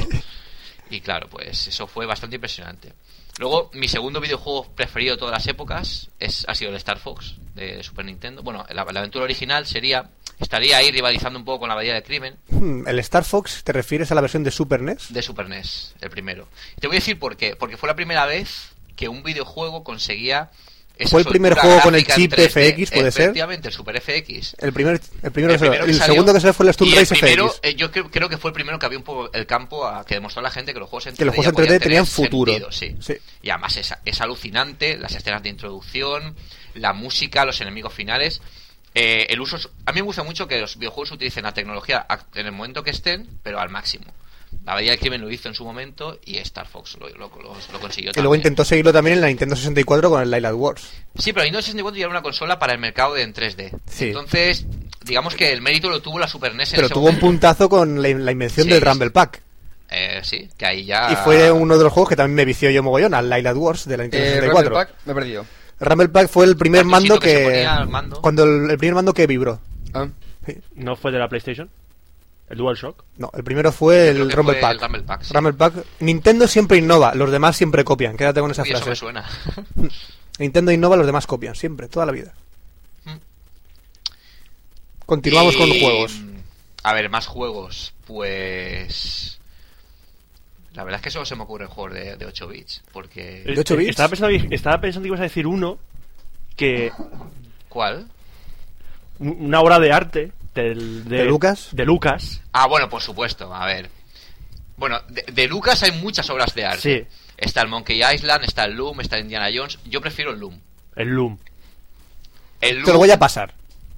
y claro, pues eso fue bastante impresionante. Luego, mi segundo videojuego preferido de todas las épocas es, ha sido el Star Fox de Super Nintendo. Bueno, la, la aventura original sería estaría ahí rivalizando un poco con la Bahía del Crimen,
Hmm, ¿El Star Fox te refieres a la versión de Super E NES?
de Super NES, el primero. Te voy a decir por qué. Porque fue la primera vez que un videojuego conseguía. esa
¿Fue el primer
soltura
juego con el
gráfica en
chip
3D.
FX, puede ser?
Efectivamente, el Super FX.
El primer, el primero, que salió.
El primero
el
salió.
segundo que salió fue el
Y
Stone
el
Race
primero,
FX.
eh, yo creo, creo que fue el primero que había un poco el campo a, que demostró a la gente que los juegos en
Que los
3D ya
juegos en 3D
podían
tenían
tener
futuro.
sentido, sí.
Sí.
Y además es, es alucinante las escenas de introducción, la música, los enemigos finales. eh, el uso a mí me gusta mucho que los videojuegos utilicen la tecnología ac- en el momento que estén, pero al máximo. La Bahía del Crimen lo hizo en su momento y Star Fox lo, lo- lo- lo consiguió.
Y luego
también.
intentó seguirlo también en la Nintendo 64 con el Lilac Wars.
Sí, pero Nintendo 64 ya era una consola para el mercado de en 3D.
Sí.
Entonces, digamos que el mérito lo tuvo la Super NES en
Pero
ese
tuvo un
momento.
puntazo con la, la invención
Sí,
del
sí. Ah.
Rumble Pack.
Eh, sí, que ahí ya.
Y fue uno de los juegos que también me vició yo mogollón, al Lilac Wars de la Nintendo
Eh,
64.
Rumble Pack, me he perdido.
Rumble Pack fue el primer
Cartuchito
mando
que se
que...
ponía al mando.
Cuando el, el primer mando que vibró.
Ah.
¿No fue de la PlayStation? ¿El DualShock?
No, el primero fue
creo
el
que
Rumble
fue
Pack.
el Rumble Pack, sí.
Rumble Pack. Nintendo siempre innova, los demás siempre copian. Quédate con esa
Uy, eso me
frase.
suena.
Nintendo innova, los demás copian, siempre, toda la vida. Continuamos con
Y,
juegos.
A ver, más juegos. Pues. La verdad es que solo se me ocurren juegos de, de 8 bits. Porque.
¿De ocho
Eh,
bits?
Estaba pensando, que- estaba pensando que ibas a decir uno que
¿Cuál?
un- una obra de arte del,
¿De Lucas?
De Lucas.
Ah, bueno, por supuesto. A ver. Bueno, de, de Lucas hay muchas obras de
Sí.
arte. Está el Monkey Island, está el Loom, está el Indiana Jones. Yo prefiero el Loom.
El Loom.
El
Te lo
Loom,
voy a pasar.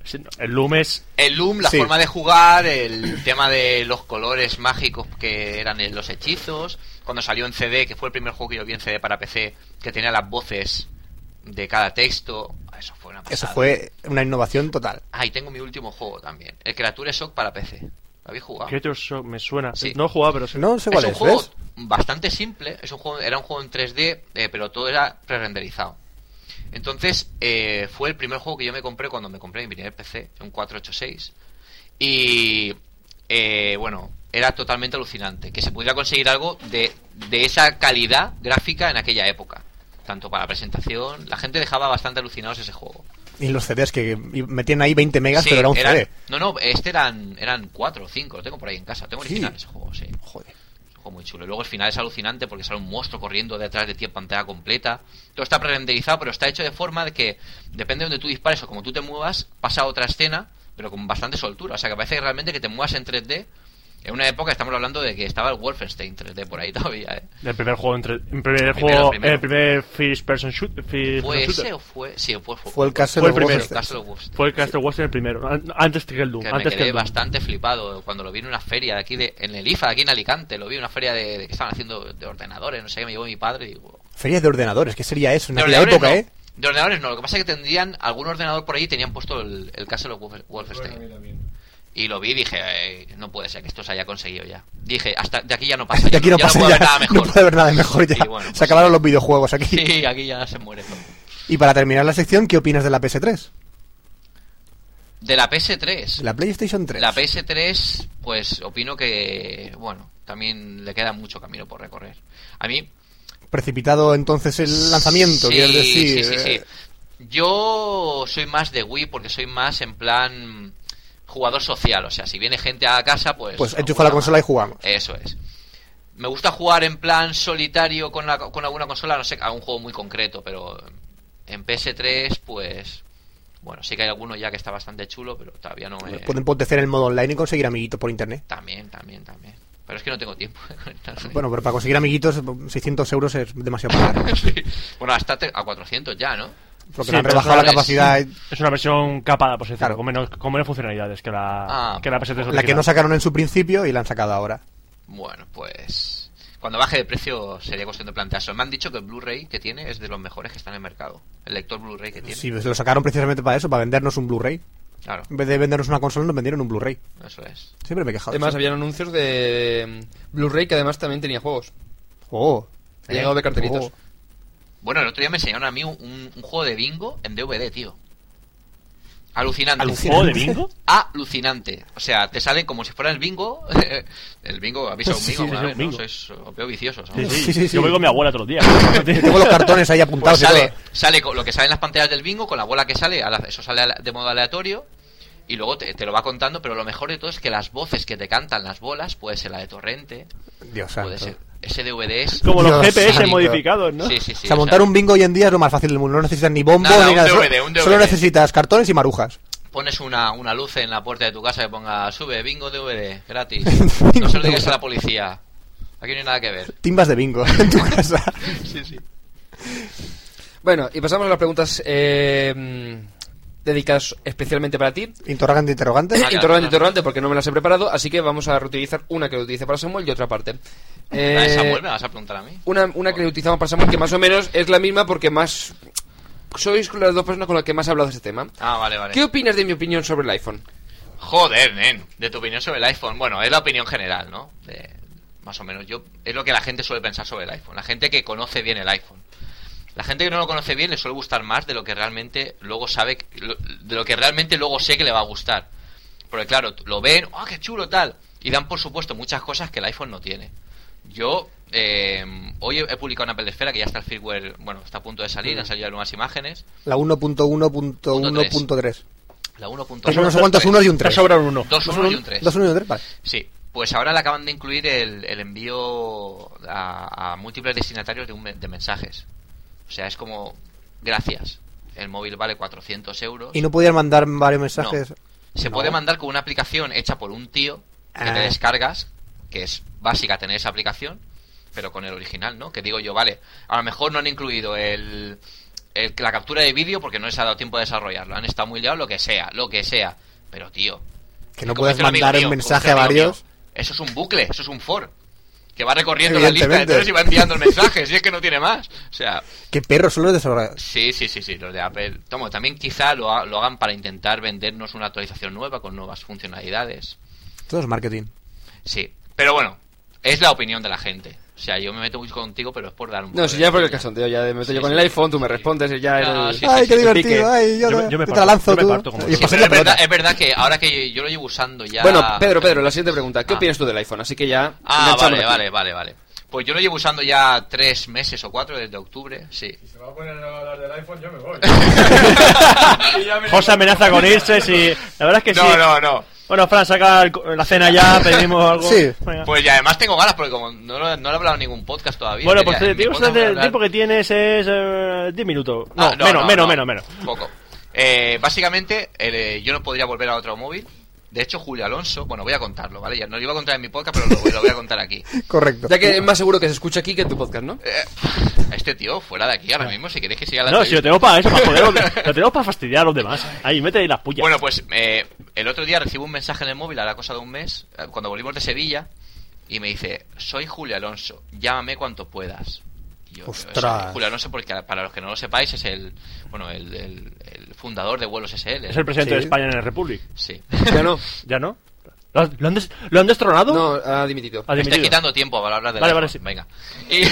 Sí, no, El Loom es.
el Loom, la
Sí.
forma de jugar, el tema de los colores mágicos que eran en los hechizos. Cuando salió en CD, que fue el primer juego que yo vi en CD para PC, que tenía las voces de cada texto. Eso fue una
Eso
pasada.
fue una innovación total.
Ah, y tengo mi último juego también. El Creature Shock para PC. ¿Lo habéis jugado?
Creature Shock, me suena.
Sí.
No he jugado, pero sí.
No sé cuál
es
es,
un juego
¿ves?
bastante simple. Es un juego, era un juego en 3D, eh, pero todo era pre-renderizado. Entonces, eh, fue el primer juego que yo me compré cuando me compré mi primer PC, un 486. Y eh, bueno, era totalmente alucinante que se pudiera conseguir algo de, de esa calidad gráfica en aquella época. Tanto para presentación, la gente dejaba bastante alucinados ese juego.
Y los CDs que metían ahí 20 megas,
Sí,
pero era un
eran-
CD.
No, no, este eran, eran cuatro o cinco, lo tengo por ahí en casa. Tengo
Sí.
original ese juego, sí.
Joder.
Es un juego muy chulo. Y luego el final es alucinante porque sale un monstruo corriendo detrás de ti en pantalla completa. Todo está pre-renderizado, pero está hecho de forma de que depende de donde tú dispares o como tú te muevas, pasa a otra escena, pero con bastante soltura. O sea que parece que realmente que te muevas en 3D. En una época estamos hablando de que estaba el Wolfenstein 3D por ahí todavía, ¿eh?
El primer juego. Entre, el primer
Primero,
juego. eh,
primero.
El primer First Person shoot- first person
¿Fue
Shooter.
ese o fue...? Sí, fue, fue,
Fue el Castle
Fue el
of
primero.
Wolfenstein.
Castle of Wolfenstein.
Fue el Castle Western el primero. an- Antes que el Doom.
Que me
antes que
quedé
el Doom.
bastante flipado cuando lo vi en una feria de aquí de, en el IFA, aquí en Alicante, lo vi en una feria de, de que estaban haciendo de ordenadores, no sé qué me llevó mi padre y digo,
Ferias de ordenadores, ¿qué sería eso? En
de
aquella
ordenadores
época, ¿eh?
no, De ordenadores no, lo que pasa es que tendrían algún ordenador por ahí y tenían puesto el, el Castle of Wolf- Wolfenstein. Y lo vi y dije, "Ey, no puede ser que esto se haya conseguido ya. Dije, hasta de aquí ya no pasa.
De aquí no
ya
pasa
puedo
ya.
haber nada
No
mejor.
puede haber nada mejor ya.
Y bueno, pues
se acabaron los videojuegos aquí.
Sí, aquí ya se muere todo.
Y para terminar la sección, ¿qué opinas de la PS3?
De la PS3.
De La PlayStation 3.
La PS3, pues opino que, bueno, también le queda mucho camino por recorrer. A mí,
Precipitado entonces el lanzamiento,
sí,
quieres decir. eh.
Sí, sí, sí. Yo soy más de Wii porque soy más en plan jugador social. O sea, si viene gente a casa, pues.
Pues
no
enchufa la
juega
consola y
más.
jugamos.
Eso es. Me gusta jugar en plan solitario con, la- con alguna consola, no sé, a un juego muy concreto, pero en PS3, pues. Bueno, sí que hay alguno ya que está bastante chulo, pero todavía no me.
Pueden potenciar el modo online y conseguir amiguitos por internet.
También, también, también. Pero es que no tengo tiempo de conectarme.
Bueno, pero para conseguir amiguitos, 600 euros es demasiado caro.
Sí. bueno, hasta te- a 400 ya, ¿no?
Porque
Sí,
le han
pero
rebajado la
claro, es-
capacidad, eh,
Es una versión capada, pues es decir,
Claro.
con, menos, con menos funcionalidades que la,
Ah.
que la PS3
la que
original.
no sacaron en su principio y la han sacado ahora.
Bueno, pues cuando baje de precio sería cuestión de plantearse. Me han dicho que el Blu-ray que tiene es de los mejores que están en el mercado. El lector Blu-ray que tiene.
Sí, pues lo sacaron precisamente para eso, para vendernos un Blu-ray.
Claro,
En vez de vendernos una consola, nos vendieron un Blu-ray.
eso es.
Siempre me he quejado. de
Además,
eso.
habían anuncios de mm, Blu-ray que además también tenía juegos.
Oh,
He llegado a ver cartelitos.
Oh.
Bueno, el otro día me enseñaron a mí un, un- un juego de bingo en DVD, tío. Alucinante.
¿Un juego de bingo?
Alucinante. O sea, te sale como si fuera el bingo. el bingo, avisa un
Sí,
bingo.
sí,
alguna
sí,
vez,
bingo.
¿no? Sois eh, veo viciosos. ¿no?
Sí, sí.
Sí, sí, sí.
Yo voy con mi abuela todos los días.
Tengo los cartones ahí apuntados.
Pues
y
sale,
todo.
sale con lo que sale en las pantallas del bingo, con la bola que sale, a la- eso sale a la- de modo aleatorio. Y luego te, te lo va contando, pero lo mejor de todo es que las voces que te cantan las bolas, puede ser la de Torrente,
Dios santo.
puede ser. Ese DVD es.
Como los
Dios
GPS
santo.
modificados, ¿no?
Sí, sí,
o
sí.
sea,
o
montar
sea,
un bingo hoy en día es lo más fácil del mundo. No necesitas ni bombo
Nada,
ni
un
nada. Solo-
DVD, un DVD.
Solo necesitas cartones y marujas.
Pones una, una luz en la puerta de tu casa que ponga sube bingo DVD, gratis. No se lo digas a la policía. Aquí no hay nada que ver.
Timbas de bingo en tu casa.
Sí, sí.
Bueno, y pasamos a las preguntas eh, mm, dedicadas especialmente para ti.
Interrogante, interrogante.
Ah, claro,
interrogante,
claro.
interrogante, porque no me las he preparado, así que vamos a reutilizar una que lo utilicé para Samuel y otra parte.
La de
Eh,
Samuel Ah, me la vas a preguntar a mí.
una, una que utilizamos para Samuel que más o menos es la misma porque más... Sois las dos personas con las que más he hablado de este tema.
Ah, vale, vale.
¿Qué opinas de mi opinión sobre el iPhone?
Joder, nen. De tu opinión sobre el iPhone. Bueno, es la opinión general, ¿no? De- más o menos. Yo es lo que la gente suele pensar sobre el iPhone. La gente que conoce bien el iPhone. La gente que no lo conoce bien le suele gustar más de lo que realmente luego sabe, que- lo- de lo que realmente luego sé que le va a gustar. Porque claro, lo ven, ¡ah, qué chulo tal! Y dan por supuesto muchas cosas que el iPhone no tiene. Yo eh, hoy he he publicado una pelesfera que ya está el firmware, bueno, está a punto de salir, han salido algunas imágenes.
La 1.1.1.3.
La
Pues no
1.1.
sé cuántos unos y un Pues 3.
Te sobran uno.
2.1 y un 3.
2, 1 y un 3, vale.
Sí, pues ahora le acaban de incluir el, el envío a, a múltiples destinatarios de, un, me- de mensajes. O sea, es como, gracias. El móvil vale 400 euros.
Y no podían mandar varios mensajes.
Se
No.
puede mandar con una aplicación hecha por un tío que
Ah.
te descargas, que es básica tener esa aplicación. pero con el original, ¿no? Que digo yo, vale, a lo mejor no han incluido el, el- la captura de vídeo porque no les ha dado tiempo de desarrollarlo. Han estado muy liados, lo que sea, lo que sea. Pero, tío.
Que no
como
puedas
dice amigo
mandar
mío,
un
como
mensaje
dice
a
amigo mío,
varios.
Eso es un bucle, eso es un for. Que va recorriendo la lista de
Evidentemente.
todos y va enviando el mensaje, si es que no tiene más. O sea,
Qué perros son los desarrolladores.
Sí, sí, sí, sí, los de Apple. Tomo, también quizá lo, ha- lo hagan para intentar vendernos una actualización nueva con nuevas funcionalidades.
Todo es marketing.
Sí, pero bueno, es la opinión de la gente. O sea, yo me meto muy contigo, pero es por dar un
No,
poco
si
de
ya por el
opinión.
cachondeo, ya de meto
Pues Sí,
yo con
sí,
el iPhone, tú me
sí.
respondes y ya
No,
el...
sí,
ay, qué
sí,
divertido.
pique.
Ay, yo,
Yo
te,
me- yo
yo
me
te
parto,
la lanzo
yo me
tú.
parto como
Y
tú.
Sí,
pasé
pero
la
es, verdad,
pelota.
es verdad que ahora que yo lo llevo usando ya...
Bueno, Pedro, Pedro, la siguiente pregunta. ¿Qué
Ah.
opinas tú del iPhone? Así que ya...
Ah,
enganchamos
vale,
aquí.
vale, vale, vale. Pues yo lo llevo usando ya tres meses o cuatro desde octubre, sí.
Si se va a poner a hablar del iPhone, yo me voy.
José amenaza con irse si... La verdad es que sí.
No, no, no.
Bueno, Fran, saca el co- la cena ya, pedimos algo.
Sí.
Venga.
Pues y además tengo ganas porque como no, lo- no lo he hablado en ningún podcast todavía.
bueno,
quería-
pues te
en mi
digo
podcast
usted
voy a
el
hablar-
tiempo que tienes es eh, 10 minutos. No,
Ah,
menos,
no,
menos,
no.
menos, menos.
Poco. Eh, básicamente, el, eh, yo no podría volver a otro móvil. De hecho, Julio Alonso, bueno, voy a contarlo, ¿vale? Ya no lo iba a contar en mi podcast, pero lo, lo voy a contar aquí.
Correcto.
Ya que es más seguro que se escucha aquí que en tu podcast, ¿no?
Eh, este tío, fuera de aquí ahora mismo, si queréis que siga la
No, si
entrevista.
lo tenemos para eso, para poder, lo tenemos para fastidiar a los demás. Ahí, mete ahí las pullas.
Bueno, pues eh, el otro día recibo un mensaje en el móvil a la cosa de un mes, eh, cuando volvimos de Sevilla, y me dice, soy Julio Alonso, llámame cuanto puedas. Y yo,
Ostras.
"Soy Julio Alonso, porque ah, para los que no lo sepáis, es el, bueno, el, el- el fundador de vuelos SL.
es el presidente
sí.
de España en el Republic.
Sí.
Ya no.
¿Ya no? ¿Lo, han- lo han, des- lo han destronado?
No, ha dimitido.
Ha
Me está
dimitido.
quitando tiempo para hablar de
Vale, vale, sí.
Venga. Y-
¡Ey,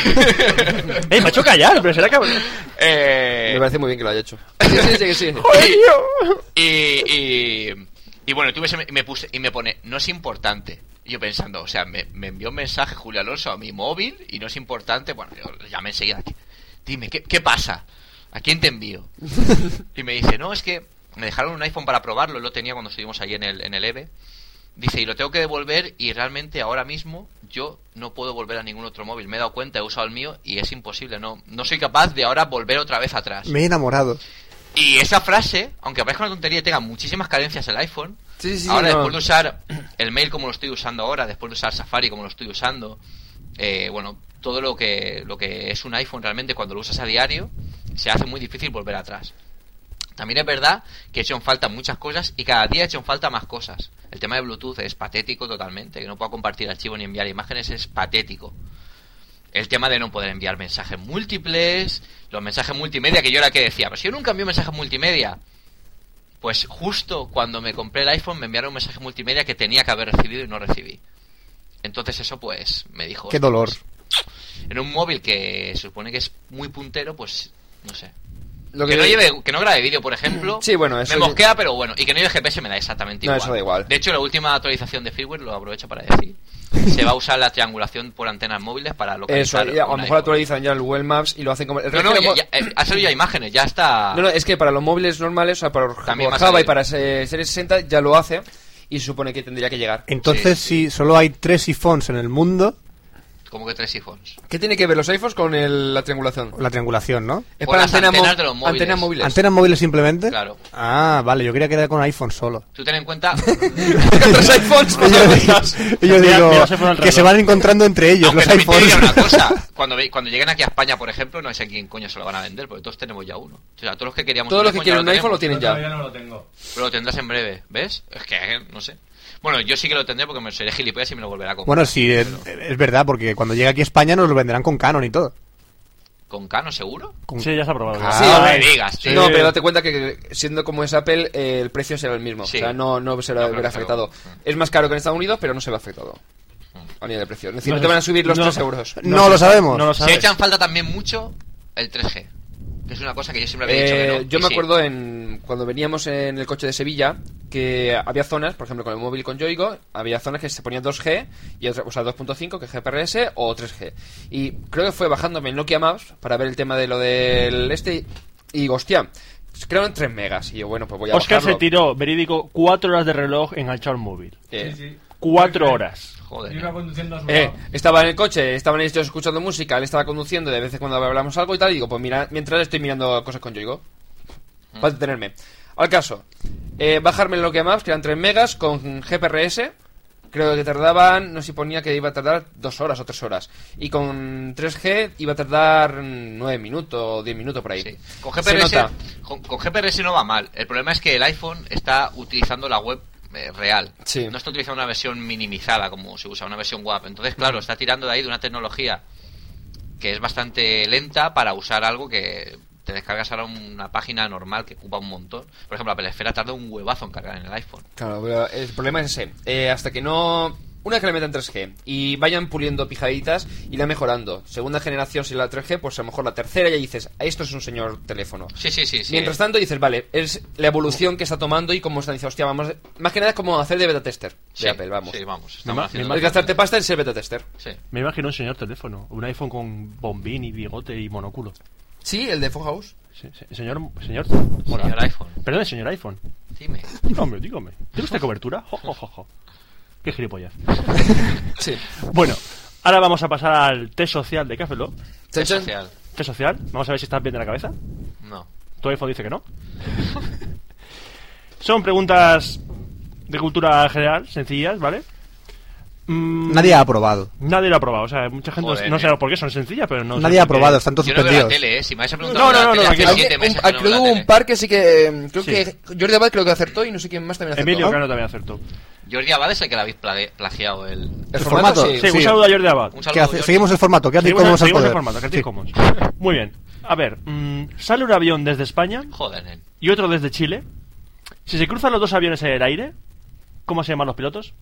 Eh, me ha hecho callar! Pero será que...
Eh,
Me parece muy bien que lo haya hecho. Sí, sí, sí, sí.
y, y- y bueno, tuve ese- me, puse y me pone, no es importante. Y Yo pensando, o sea, me, me envió un mensaje Julio Alonso a mi móvil y no es importante. Bueno, yo le llamé enseguida. Dime, ¿qué, qué pasa? ¿A quién te envío? Y me dice, no, es que me dejaron un iPhone para probarlo, lo tenía cuando estuvimos allí en el, en el EVE. Dice, y lo tengo que devolver y realmente ahora mismo yo no puedo volver a ningún otro móvil. Me he dado cuenta, he usado el mío y es imposible, no, no soy capaz de ahora volver otra vez atrás.
Me he enamorado.
Y esa frase, aunque parezca una tontería y tenga muchísimas carencias el iPhone,
Sí, sí, sí,
ahora
no.
después de usar el mail como lo estoy usando ahora, después de usar Safari como lo estoy usando, eh, bueno, todo lo que, lo que es un iPhone realmente cuando lo usas a diario, se hace muy difícil volver atrás. También es verdad que he hecho en falta muchas cosas y cada día he hecho en falta más cosas. El tema de Bluetooth es patético totalmente, que no pueda compartir archivos ni enviar imágenes es patético. El tema de no poder enviar mensajes múltiples, los mensajes multimedia, que yo era que decía, pero si yo nunca envío mensajes multimedia, pues justo cuando me compré el iPhone me enviaron un mensaje multimedia que tenía que haber recibido y no recibí. Entonces eso pues me dijo...
Qué dolor.
En un móvil que se supone que es muy puntero, pues no sé.
Lo
que, no lleve, que no grabe vídeo, por ejemplo.
Sí, bueno, eso
Me
yo-
mosquea, pero bueno. Y que no lleve GPS me da exactamente
No,
igual.
eso da igual.
De hecho, la última actualización de firmware, lo aprovecho para decir, se va a usar la triangulación por antenas móviles para
Eso,
localizar.
y a lo
un
mejor
iPhone.
actualizan ya el Google Maps y lo hacen como... el
No,
resto
no,
de
ya,
mo-
ya, eh, ha salido ya imágenes, ya está.
No, eh. no, es que para los móviles normales, o sea, para
También va a
Java y
salir.
para se- Series 60 ya lo hace y se supone que tendría que llegar.
Entonces, si solo hay tres iPhones en el mundo,
Como que tres iPhones.
¿Qué tiene que ver los iPhones con el- la triangulación?
la triangulación, ¿no?
Es
O las
antena mo-
antenas de los móviles.
antenas móviles.
¿Antenas móviles simplemente?
Claro.
Ah, vale, yo quería quedar con iPhone solo.
Tú ten en cuenta.
los iPhones.
pues,
Y yo digo, y yo
Mira,
digo
mira, se fue al
que se
reloj.
van encontrando entre ellos
Aunque
los
también te
iPhones.
diría una cosa. Cuando, ve- cuando lleguen aquí a España, por ejemplo, no sé a quién coño se lo van a vender, porque todos tenemos ya uno. O sea, todos los que queríamos
Todos
un
los que
iPhone ya
quieren un iPhone lo
tenemos.
tienen
Yo todavía
ya.
no lo tengo.
Pero lo tendrás en breve, ¿ves? Es que, eh, no sé. Bueno, yo sí que lo tendré porque me seré gilipollas y me lo volverá a comprar.
Bueno, sí, es, es verdad, porque cuando llegue aquí a España nos lo venderán con Canon y todo.
¿Con Cano seguro?
Con-
Sí, ya se ha probado. ya.
Ah,
Sí,
no
a
me
ver.
digas, tío.
No, pero date cuenta que siendo como es Apple, eh, el precio será el mismo.
Sí.
O sea, no, no se
No,
va a
claro,
ver afectado.
claro.
Es más caro que en Estados Unidos, pero no se ve afectado. A nivel de precio. Es decir,
No
no, te van a subir los
no.
3 euros.
No, lo sabemos.
No lo
Se
sabes.
echan falta también mucho el 3G. Que es una cosa que yo siempre había dicho que
Eh,
no.
yo
Y
me
sí.
acuerdo en cuando veníamos en el coche de Sevilla que había zonas, por ejemplo, con el móvil con Yoigo, había zonas que se ponía 2G y otra, o sea, 2.5 que es GPRS o 3G. Y creo que fue bajándome en Nokia Maps para ver el tema de lo del este y hostia, creo en 3 megas y yo bueno, pues voy a
Oscar se
bajarlo.
tiró, verídico, cuatro horas de reloj enganchado al móvil.
Eh,
Sí, sí.
Cuatro
Porque
horas.
Joder.
Yo iba conduciendo a su
eh,
lado.
estaba en el coche, estaban ellos escuchando música, él estaba conduciendo, de veces cuando hablamos algo y tal, y digo, pues mira, mientras estoy mirando cosas con Yoigo.
Mm.
Para detenerme. Al caso, eh, bajarme lo que más, que eran 3 megas con GPRS Creo que tardaban, no sé si ponía que iba a tardar dos horas o tres horas. Y con 3G iba a tardar mm, nueve minutos o diez minutos por ahí.
Sí. Con,
Se
GPRS,
nota.
con, con GPRS no va mal. El problema es que el iPhone está utilizando la web eh, real.
Sí.
No está utilizando una versión minimizada como se usa, una versión WAP. Entonces, claro, está tirando de ahí de una tecnología que es bastante lenta para usar algo que te descargas ahora una página normal que ocupa un montón. Por ejemplo, la pelesfera tarda un huevazo en cargar en el iPhone.
Claro, pero el problema es ese. Eh, hasta que no. Una que le metan 3G y vayan puliendo pijaditas y la mejorando. Segunda generación, si la 3G, pues a lo mejor la tercera ya dices, "Ah, esto es un señor teléfono.
Sí, sí, sí. sí.
Mientras tanto dices, vale, es la evolución que está tomando y cómo están diciendo, hostia, vamos. Más que nada es como hacer de beta tester de
Sí,
Apple, vamos.
Sí, vamos.
Me ma-
Estamos haciendo
Más que gastarte pasta en ser beta tester.
Sí.
Me imagino un señor teléfono, un iPhone con bombín y bigote y monóculo.
Sí, el de Foghouse.
Se- se- señor, señor,
Señor iPhone.
Perdón, señor iPhone.
Dime.
Dígame, dígame. ¿Tiene usted cobertura? Jo, jo, jo, jo. Qué gilipollas.
Sí.
Bueno, ahora vamos a pasar al test social de Café Lock.
Red
Chan, chan.
social.
Test social. Vamos a ver si estás bien de la cabeza.
No.
Tu iPhone dice que no. Son preguntas de cultura general, sencillas, ¿vale? Mm,
Nadie ha aprobado.
nadie lo ha probado. O sea, mucha gente no-
Joder,
no
eh.
sabe por qué son sencillas, pero no.
Nadie
sé
ha
por qué.
aprobado, están todos
Yo no veo la
suspendidos.
tele, eh. Si me vais a preguntar
No,
por
no,
la
no,
tele,
no,
hace
aquí-
siete meses que no veo
creo que
la
hubo un
tele.
par que sí que. eh, Creo
Sí.
que Jordi Abad creo que acertó y no sé quién más también acertó.
Emilio,
¿no?
claro, también acertó.
Jordi Abad es el que la habéis plagi- plagiado el...
El
El formato,
formato, sí.
Sí, un
Sí.
saludo a Jordi Abad.
Un
¿Qué
saludo,
hace?
Jordi.
Seguimos el formato, ¿qué hace?
Seguimos-
¿Cómo al
seguimos el
poder?
formato, Creative
Sí.
Commons. Muy bien. A ver, mm, sale un avión desde España
Joder, nen.
y otro desde Chile. Si se cruzan los dos aviones en el aire, ¿cómo se llaman los pilotos?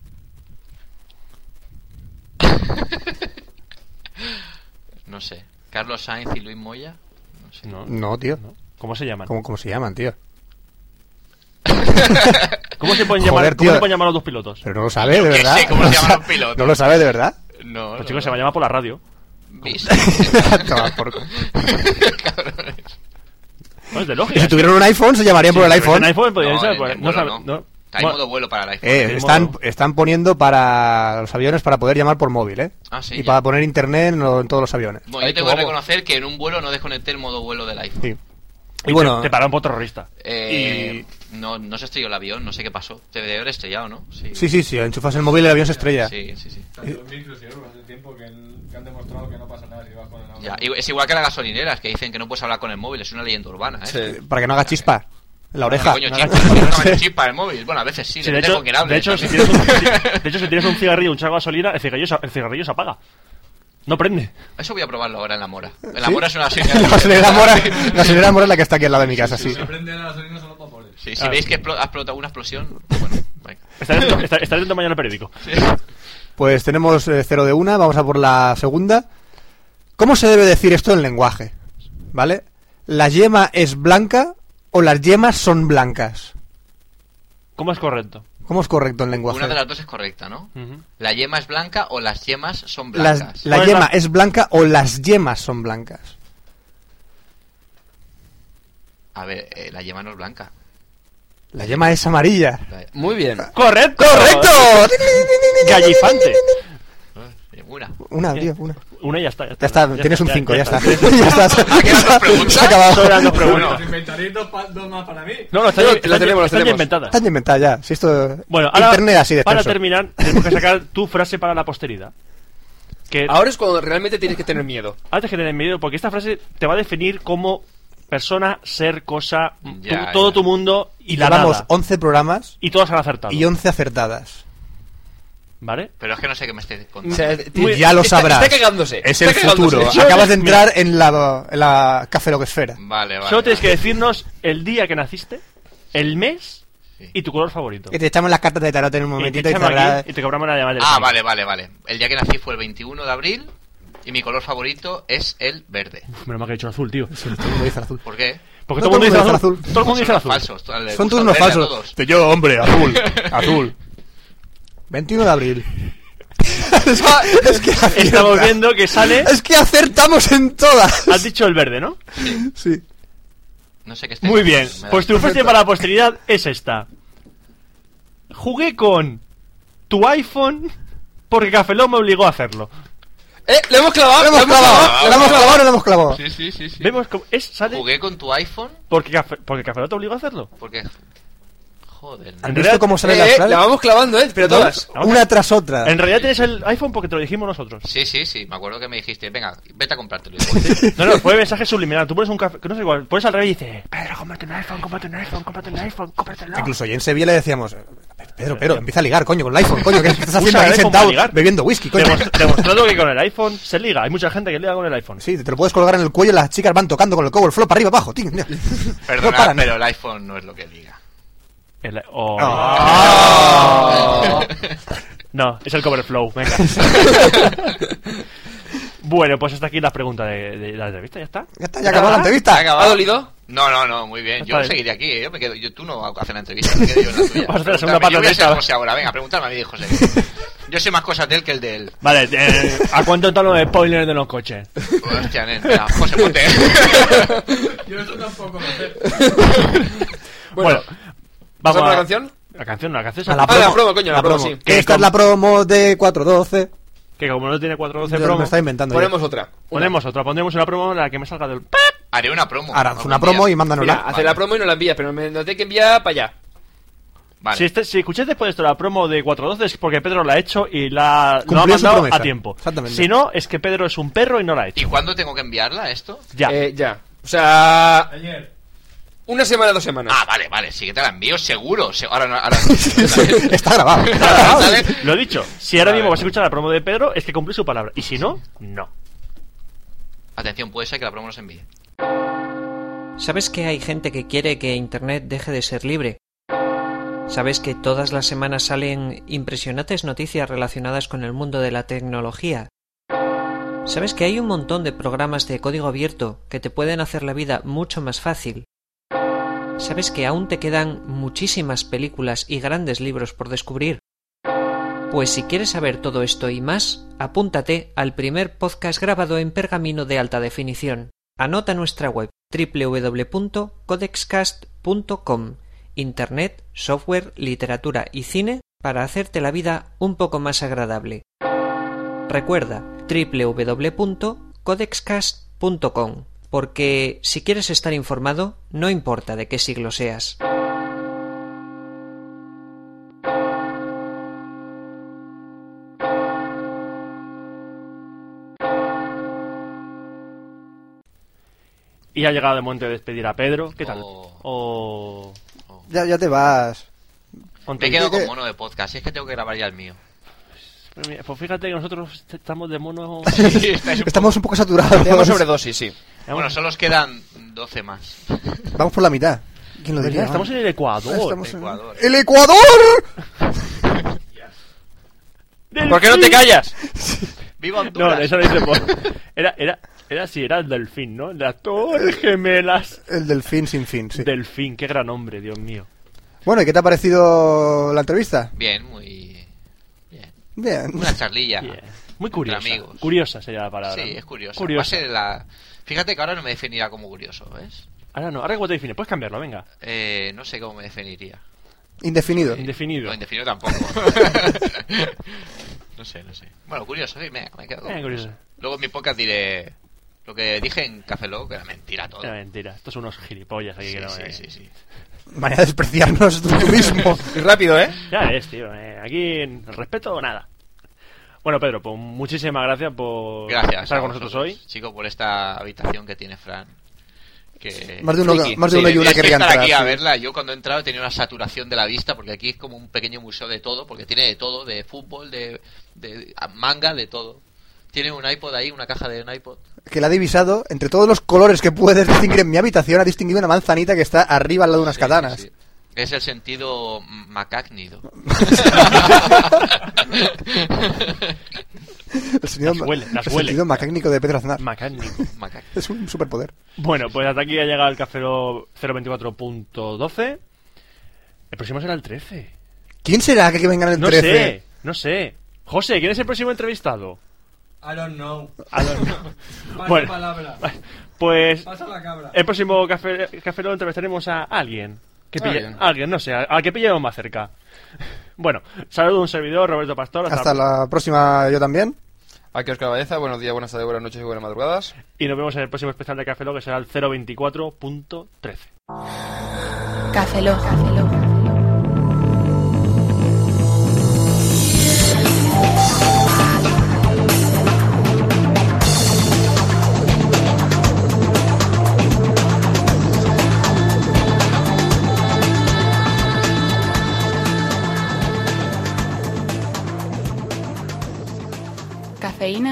No sé. Carlos Sainz y Luis Moya. No sé.
No,
No, tío.
no. ¿Cómo se llaman?
¿Cómo, cómo se llaman, tío?
¿Cómo se
Joder,
pueden llamar, cómo
tío.
se pueden llamar los dos pilotos?
Pero no lo sabe, de
qué
verdad.
sé cómo se
No
llaman
sa-
los pilotos.
No lo sabe, de verdad.
No,
Los
no,
Pues chicos se
no.
van a llamar por la radio.
Bis.
Toma, por-
Cabrones.
No, es de lógica.
Y si tuvieran un iPhone, se llamarían por el
Sí,
iPhone.
en iPhone podrían
No,
ser,
en-
pues,
en
no
vuelo
sabe-
no.
no.
Hay
Bueno,
modo vuelo para el iPhone.
Eh,
de
están,
modo.
están poniendo para los aviones para poder llamar por móvil, ¿eh?
Ah,
y
sí, ya.
para poner internet en, lo- en todos los aviones.
Bueno,
Ay,
yo tengo
qué
que
guapo.
reconocer que en un vuelo no desconecté el modo vuelo del iPhone.
Sí.
y
Y bueno,
te, te pararon por terrorista.
Eh, No, no se estrelló el avión, no sé qué pasó. Te debe haber estrellado, ¿no? Sí,
sí, sí, sí, enchufas el móvil y el avión se estrella.
Sí, sí, sí.
Eh,
Tanto en micros y euros hace tiempo que, el- que han demostrado que no pasa nada si vas con el auto.
Ya, y- es igual que las gasolineras que dicen que no puedes hablar con el móvil, es una leyenda urbana, ¿eh?
Sí.
Para que no haga chispa en la oreja.
Coño,
No
chispa,
haga chispa,
no
no
tamaño
sé.
chispa el móvil. Bueno, a veces sí,
Sí, de,
depende
hecho,
con quién hables
de hecho, si
también.
tienes un, si- de hecho, si tienes un cigarrillo, un chaco de gasolina, el cigarrillo, se- el cigarrillo se apaga. No prende.
Eso voy a probarlo ahora en la mora. En la
¿Sí?
mora es una
La gasolinera mora, la gasolinera mora es la que está aquí al lado de mi casa, sí.
Se prende la gasolina solo para pobres.
Sí, si
Ah.
veis que explo- ha explotado una explosión, pues bueno, venga.
Estaré atento- estaré estaré atento mañana al periódico.
Pues tenemos eh, cero de una, vamos a por la segunda. ¿Cómo se debe decir esto en lenguaje? ¿Vale? ¿La yema es blanca o las yemas son blancas?
¿Cómo es correcto?
¿Cómo es correcto en lenguaje?
Una de las dos es correcta, ¿no?
Ujú.
La yema es blanca o las yemas son
Las-
blancas.
la
¿Cuál es
yema
Pues la-
es blanca o las yemas son blancas.
A ver, eh, la yema no es blanca.
La yema es amarilla.
La-
Muy bien.
¡Correcto!
¡Correcto!
¡Gallifante!
eh, Una.
Una, tío, una.
Una y ya está. Ya
Ya
está,
está, tienes un 5, ya, está. Ya está.
quedan dos preguntas.
Se ha acabado.
Sobran dos
Bueno,
preguntas.
os inventaréis dos, pa- dos más para mí.
No, no, están,
No,
ya-
lo
están ya-
tenemos, lo
están ya
tenemos.
inventadas.
Está inventada ya. Si esto...
Bueno, ahora,
Internet así de
para
extenso.
terminar, tenemos que sacar tu frase para la posteridad. Que
Ahora es cuando realmente tienes que tener miedo.
antes que tener miedo, porque esta frase te va a definir como persona, ser, cosa,
Ya,
tu- todo
ya.
tu mundo y la
Llevamos
nada.
11 programas
Y todas han acertado.
y 11 acertadas.
¿Vale?
Pero es que no sé qué me estés
O
contando.
sea,
Muy-
ti-
Ya lo
está-
sabrás.
Está cagándose.
Es
está
el
cagándose.
futuro.
Yo-
Acabas de entrar en la, en la Café Loquesfera.
Vale, vale.
Solo tienes que
vale.
decirnos el día que naciste, el mes
Sí.
y tu color favorito.
Que te echamos las cartas de tarot en un
Y te
momentito y te
echamos aquí
habrá...
y te cobramos la llamada.
Ah,
telefónica.
vale, vale, vale. El día que nací fue el 21 de abril y mi color favorito es el verde.
Uf, menos mal que he dicho azul, tío.
Todo el mundo dice azul.
¿Por qué?
Porque
No
todo el mundo dice
el
azul. Todo el mundo dice
Son
azul.
falsos. to- les
Son
gusta
todos
el
unos
verde a
falsos.
todos.
Te- Yo, hombre, azul. Azul. 21 de abril. es que, es que
Estamos
acierta.
viendo ¿eh? que sale.
Es que acertamos en todas.
Has dicho el verde, ¿no?
Sí.
No sé qué estáis
Muy bien.
haciendo, me da
Pues tu frase para la posteridad es esta. Jugué con tu iPhone porque Cafelón me obligó a hacerlo.
Eh, le hemos clavado.
Lo hemos clavado. Lo hemos clavado, no lo hemos clavado.
Sí, sí, sí, sí.
Vemos cómo es sale
Jugué con tu iPhone
porque Cafe- porque Cafelón te obligó a hacerlo.
porque... Joder.
¿Han
En
visto
realidad-
cómo salen
Eh,
las
eh,
flash?
la vamos clavando, ¿eh? Pero todas.
vamos.
Una tras otra.
En realidad tienes el iPhone porque te lo dijimos nosotros.
Sí, sí, sí. Me acuerdo que me dijiste, venga, vete a comprártelo. Y digo,
No, no, fue mensaje subliminal. Tú pones un café, que no sé cuál, pones al revés y dices, Pedro, cómprate un iPhone, cómprate un iPhone, cómprate un iPhone, cómpratelo.
Incluso ya en Sevilla le decíamos, Pedro, Pedro, empieza a ligar, coño, con el iPhone, coño, que estás haciendo
Usa el
ahí
iPhone
sentado
para ligar.
bebiendo whisky, coño.
Demos- Demostrado que con el iPhone se liga. Hay mucha gente que liga con el iPhone.
Sí, te lo puedes colgar en el cuello y las chicas van tocando con el cover flop arriba, abajo, tío. No
Perdona,
paran.
pero el iPhone no es lo que diga.
El- oh,
Ah.
No, es el cover flow, venga. bueno, pues hasta aquí la pregunta de, de la entrevista, ya está.
Ya está, ya acabó la
¿Ha
entrevista.
acabado?
¿Ha dolido?
No, no, no, muy bien.
Está
Yo
bien.
seguiré aquí, ¿eh? Yo me quedo. Yo, tú no haces la entrevista. me quedo yo en la tuya.
Vamos a hacer la segunda
Pregúntame,
parte
Yo voy a
de
ser
esta.
José ahora, venga, pregúntame a mí, José. Yo sé más cosas de él que el de él.
Vale, eh, ¿a cuánto están los spoilers de los coches?
Pues, Hostia, nen, venga, José, ponte.
Yo eso tampoco lo sé.
Bueno,
¿Vamos a
a
la canción?
La canción, no, la canción es
A
Ah, la promo, coño, la promo, sí.
Que Esta es la promo de 412.
Que como no tiene 412
Yo Me
promo,
está inventando. yo.
Ponemos otra.
ponemos otra, pondremos una promo en la que me salga del.
Haré una promo.
Ahora, haz
algún
una promo
día.
y mándanosla.
Mira, hace la promo y nos la envías, pero me no tiene que enviar para allá.
Vale.
Si, este, si escucháis después de esto la promo de 412 es porque Pedro la ha hecho y la no ha
Cumplió su
mandado
promesa.
a tiempo.
Exactamente.
Si no, es que Pedro es un perro y no la ha
¿Y
hecho.
cuándo tengo que enviarla esto?
Ya.
Eh, ya. O sea,
Ayer.
una semana, dos semanas.
Ah, vale, vale, sí que te la envío, seguro. se- Ahora no, ahora.
Está grabado. está grabado.
¿Sabes?
Lo dicho, si ahora
Vale.
mismo vas a escuchar la promo de Pedro, es que cumplí su palabra. Y si no, no.
Atención, puede ser que la promo nos envíe.
¿Sabes que hay gente que quiere que Internet deje de ser libre? ¿Sabes que todas las semanas salen impresionantes noticias relacionadas con el mundo de la tecnología? ¿Sabes que hay un montón de programas de código abierto que te pueden hacer la vida mucho más fácil? ¿Sabes que aún te quedan muchísimas películas y grandes libros por descubrir? Pues si quieres saber todo esto y más, apúntate al primer podcast grabado en pergamino de alta definición. Anota nuestra web www.codexcast.com. Internet, software, literatura y cine para hacerte la vida un poco más agradable. Recuerda www.codexcast.com, porque si quieres estar informado, no importa de qué siglo seas.
Y ha llegado el momento de despedir a Pedro. ¿Qué tal? O.
Oh.
Ya, ya te vas.
Me
Ponte-
quedo
que-
con mono de podcast, y es que tengo que grabar ya el mío.
Pues mira, Pues fíjate que nosotros estamos de mono.
Estamos un poco saturados.
Tenemos sobredosis, sí.
Bueno, solo os quedan 12 más.
Vamos por la mitad. ¿Quién lo diría? Ah,
Estamos en el Ecuador.
Estamos en-
Ecuador.
¡El Ecuador!
Del
¿Por qué no te
fin.
callas?
¡Viva Honduras!
No, eso lo dice por- Era, era, era sí, era el delfín, ¿no? Las torres gemelas.
El delfín sin fin, sí.
Delfín, qué gran hombre, Dios mío.
Bueno, ¿y qué te ha parecido la entrevista?
Bien, muy. Bien.
Bien.
Una charlilla.
Yeah. Muy curiosa.
Ah, Entre amigos.
Curiosa sería la palabra.
Sí, es curioso.
Curiosa.
la... Fíjate que ahora no me definirá como curioso, ¿ves?
Ahora no, ahora que te define, puedes cambiarlo, venga.
Eh, no sé cómo me definiría.
Indefinido.
Indefinido.
No, indefinido tampoco. no sé, no sé. Bueno, curioso, sí, me, me quedo. con
Eh, curioso.
Luego en mi podcast diré lo que dije en Café Lock, que era mentira todo.
Era mentira, estos son unos gilipollas aquí
Sí,
que no,
sí,
eh.
sí, sí.
Vaya a despreciarnos tú mismo.
Y rápido, ¿eh?
Ya es, tío, eh, aquí en respeto nada. Bueno, Pedro, pues muchísimas gracias por
Gracias.
estar
a
con nosotros hoy.
vosotros, Chicos, por esta habitación que tiene Fran. Que...
Más de uno,
Friki.
más de uno y una
tenías
quería
estar
entrar.
aquí a
sí.
verla. Yo cuando he entrado he tenido una saturación de la vista porque aquí es como un pequeño museo de todo, porque tiene de todo, de fútbol, de, de manga, de todo. Tiene un iPod ahí, una caja de un iPod.
Que la ha divisado entre todos los colores que puedes distinguir en mi habitación. Ha distinguido una manzanita que está arriba al lado de unas
Sí,
katanas.
sí, sí. Es el sentido macácnido.
El sonido
Las
ma-
huele, las
el
huele.
sentido macánico de Pedro Aznar.
Macánico.
Macac-
Es un superpoder.
Bueno, pues hasta aquí ha llegado el café Lo- 024.12. El próximo será el 13.
¿Quién será que que venga en el
No
13?
sé, no sé. José, ¿quién es el próximo entrevistado?
I don't know.
I don't know.
Pasa
Bueno.
palabra.
Pues
Pasa la cabra.
el próximo café, café Lo entrevistaremos a alguien. Que pille-
Alguien.
alguien, no sé, a- al que pillemos más cerca. Bueno, saludo a un servidor, Roberto Pastor.
Hasta la próxima, yo también.
Aquí Oscar Valleza, buenos días, buenas tardes, buenas noches y buenas madrugadas.
Y nos vemos en el próximo especial de Café Lo, que será el 024.13.
Café Lock.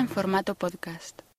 en formato podcast.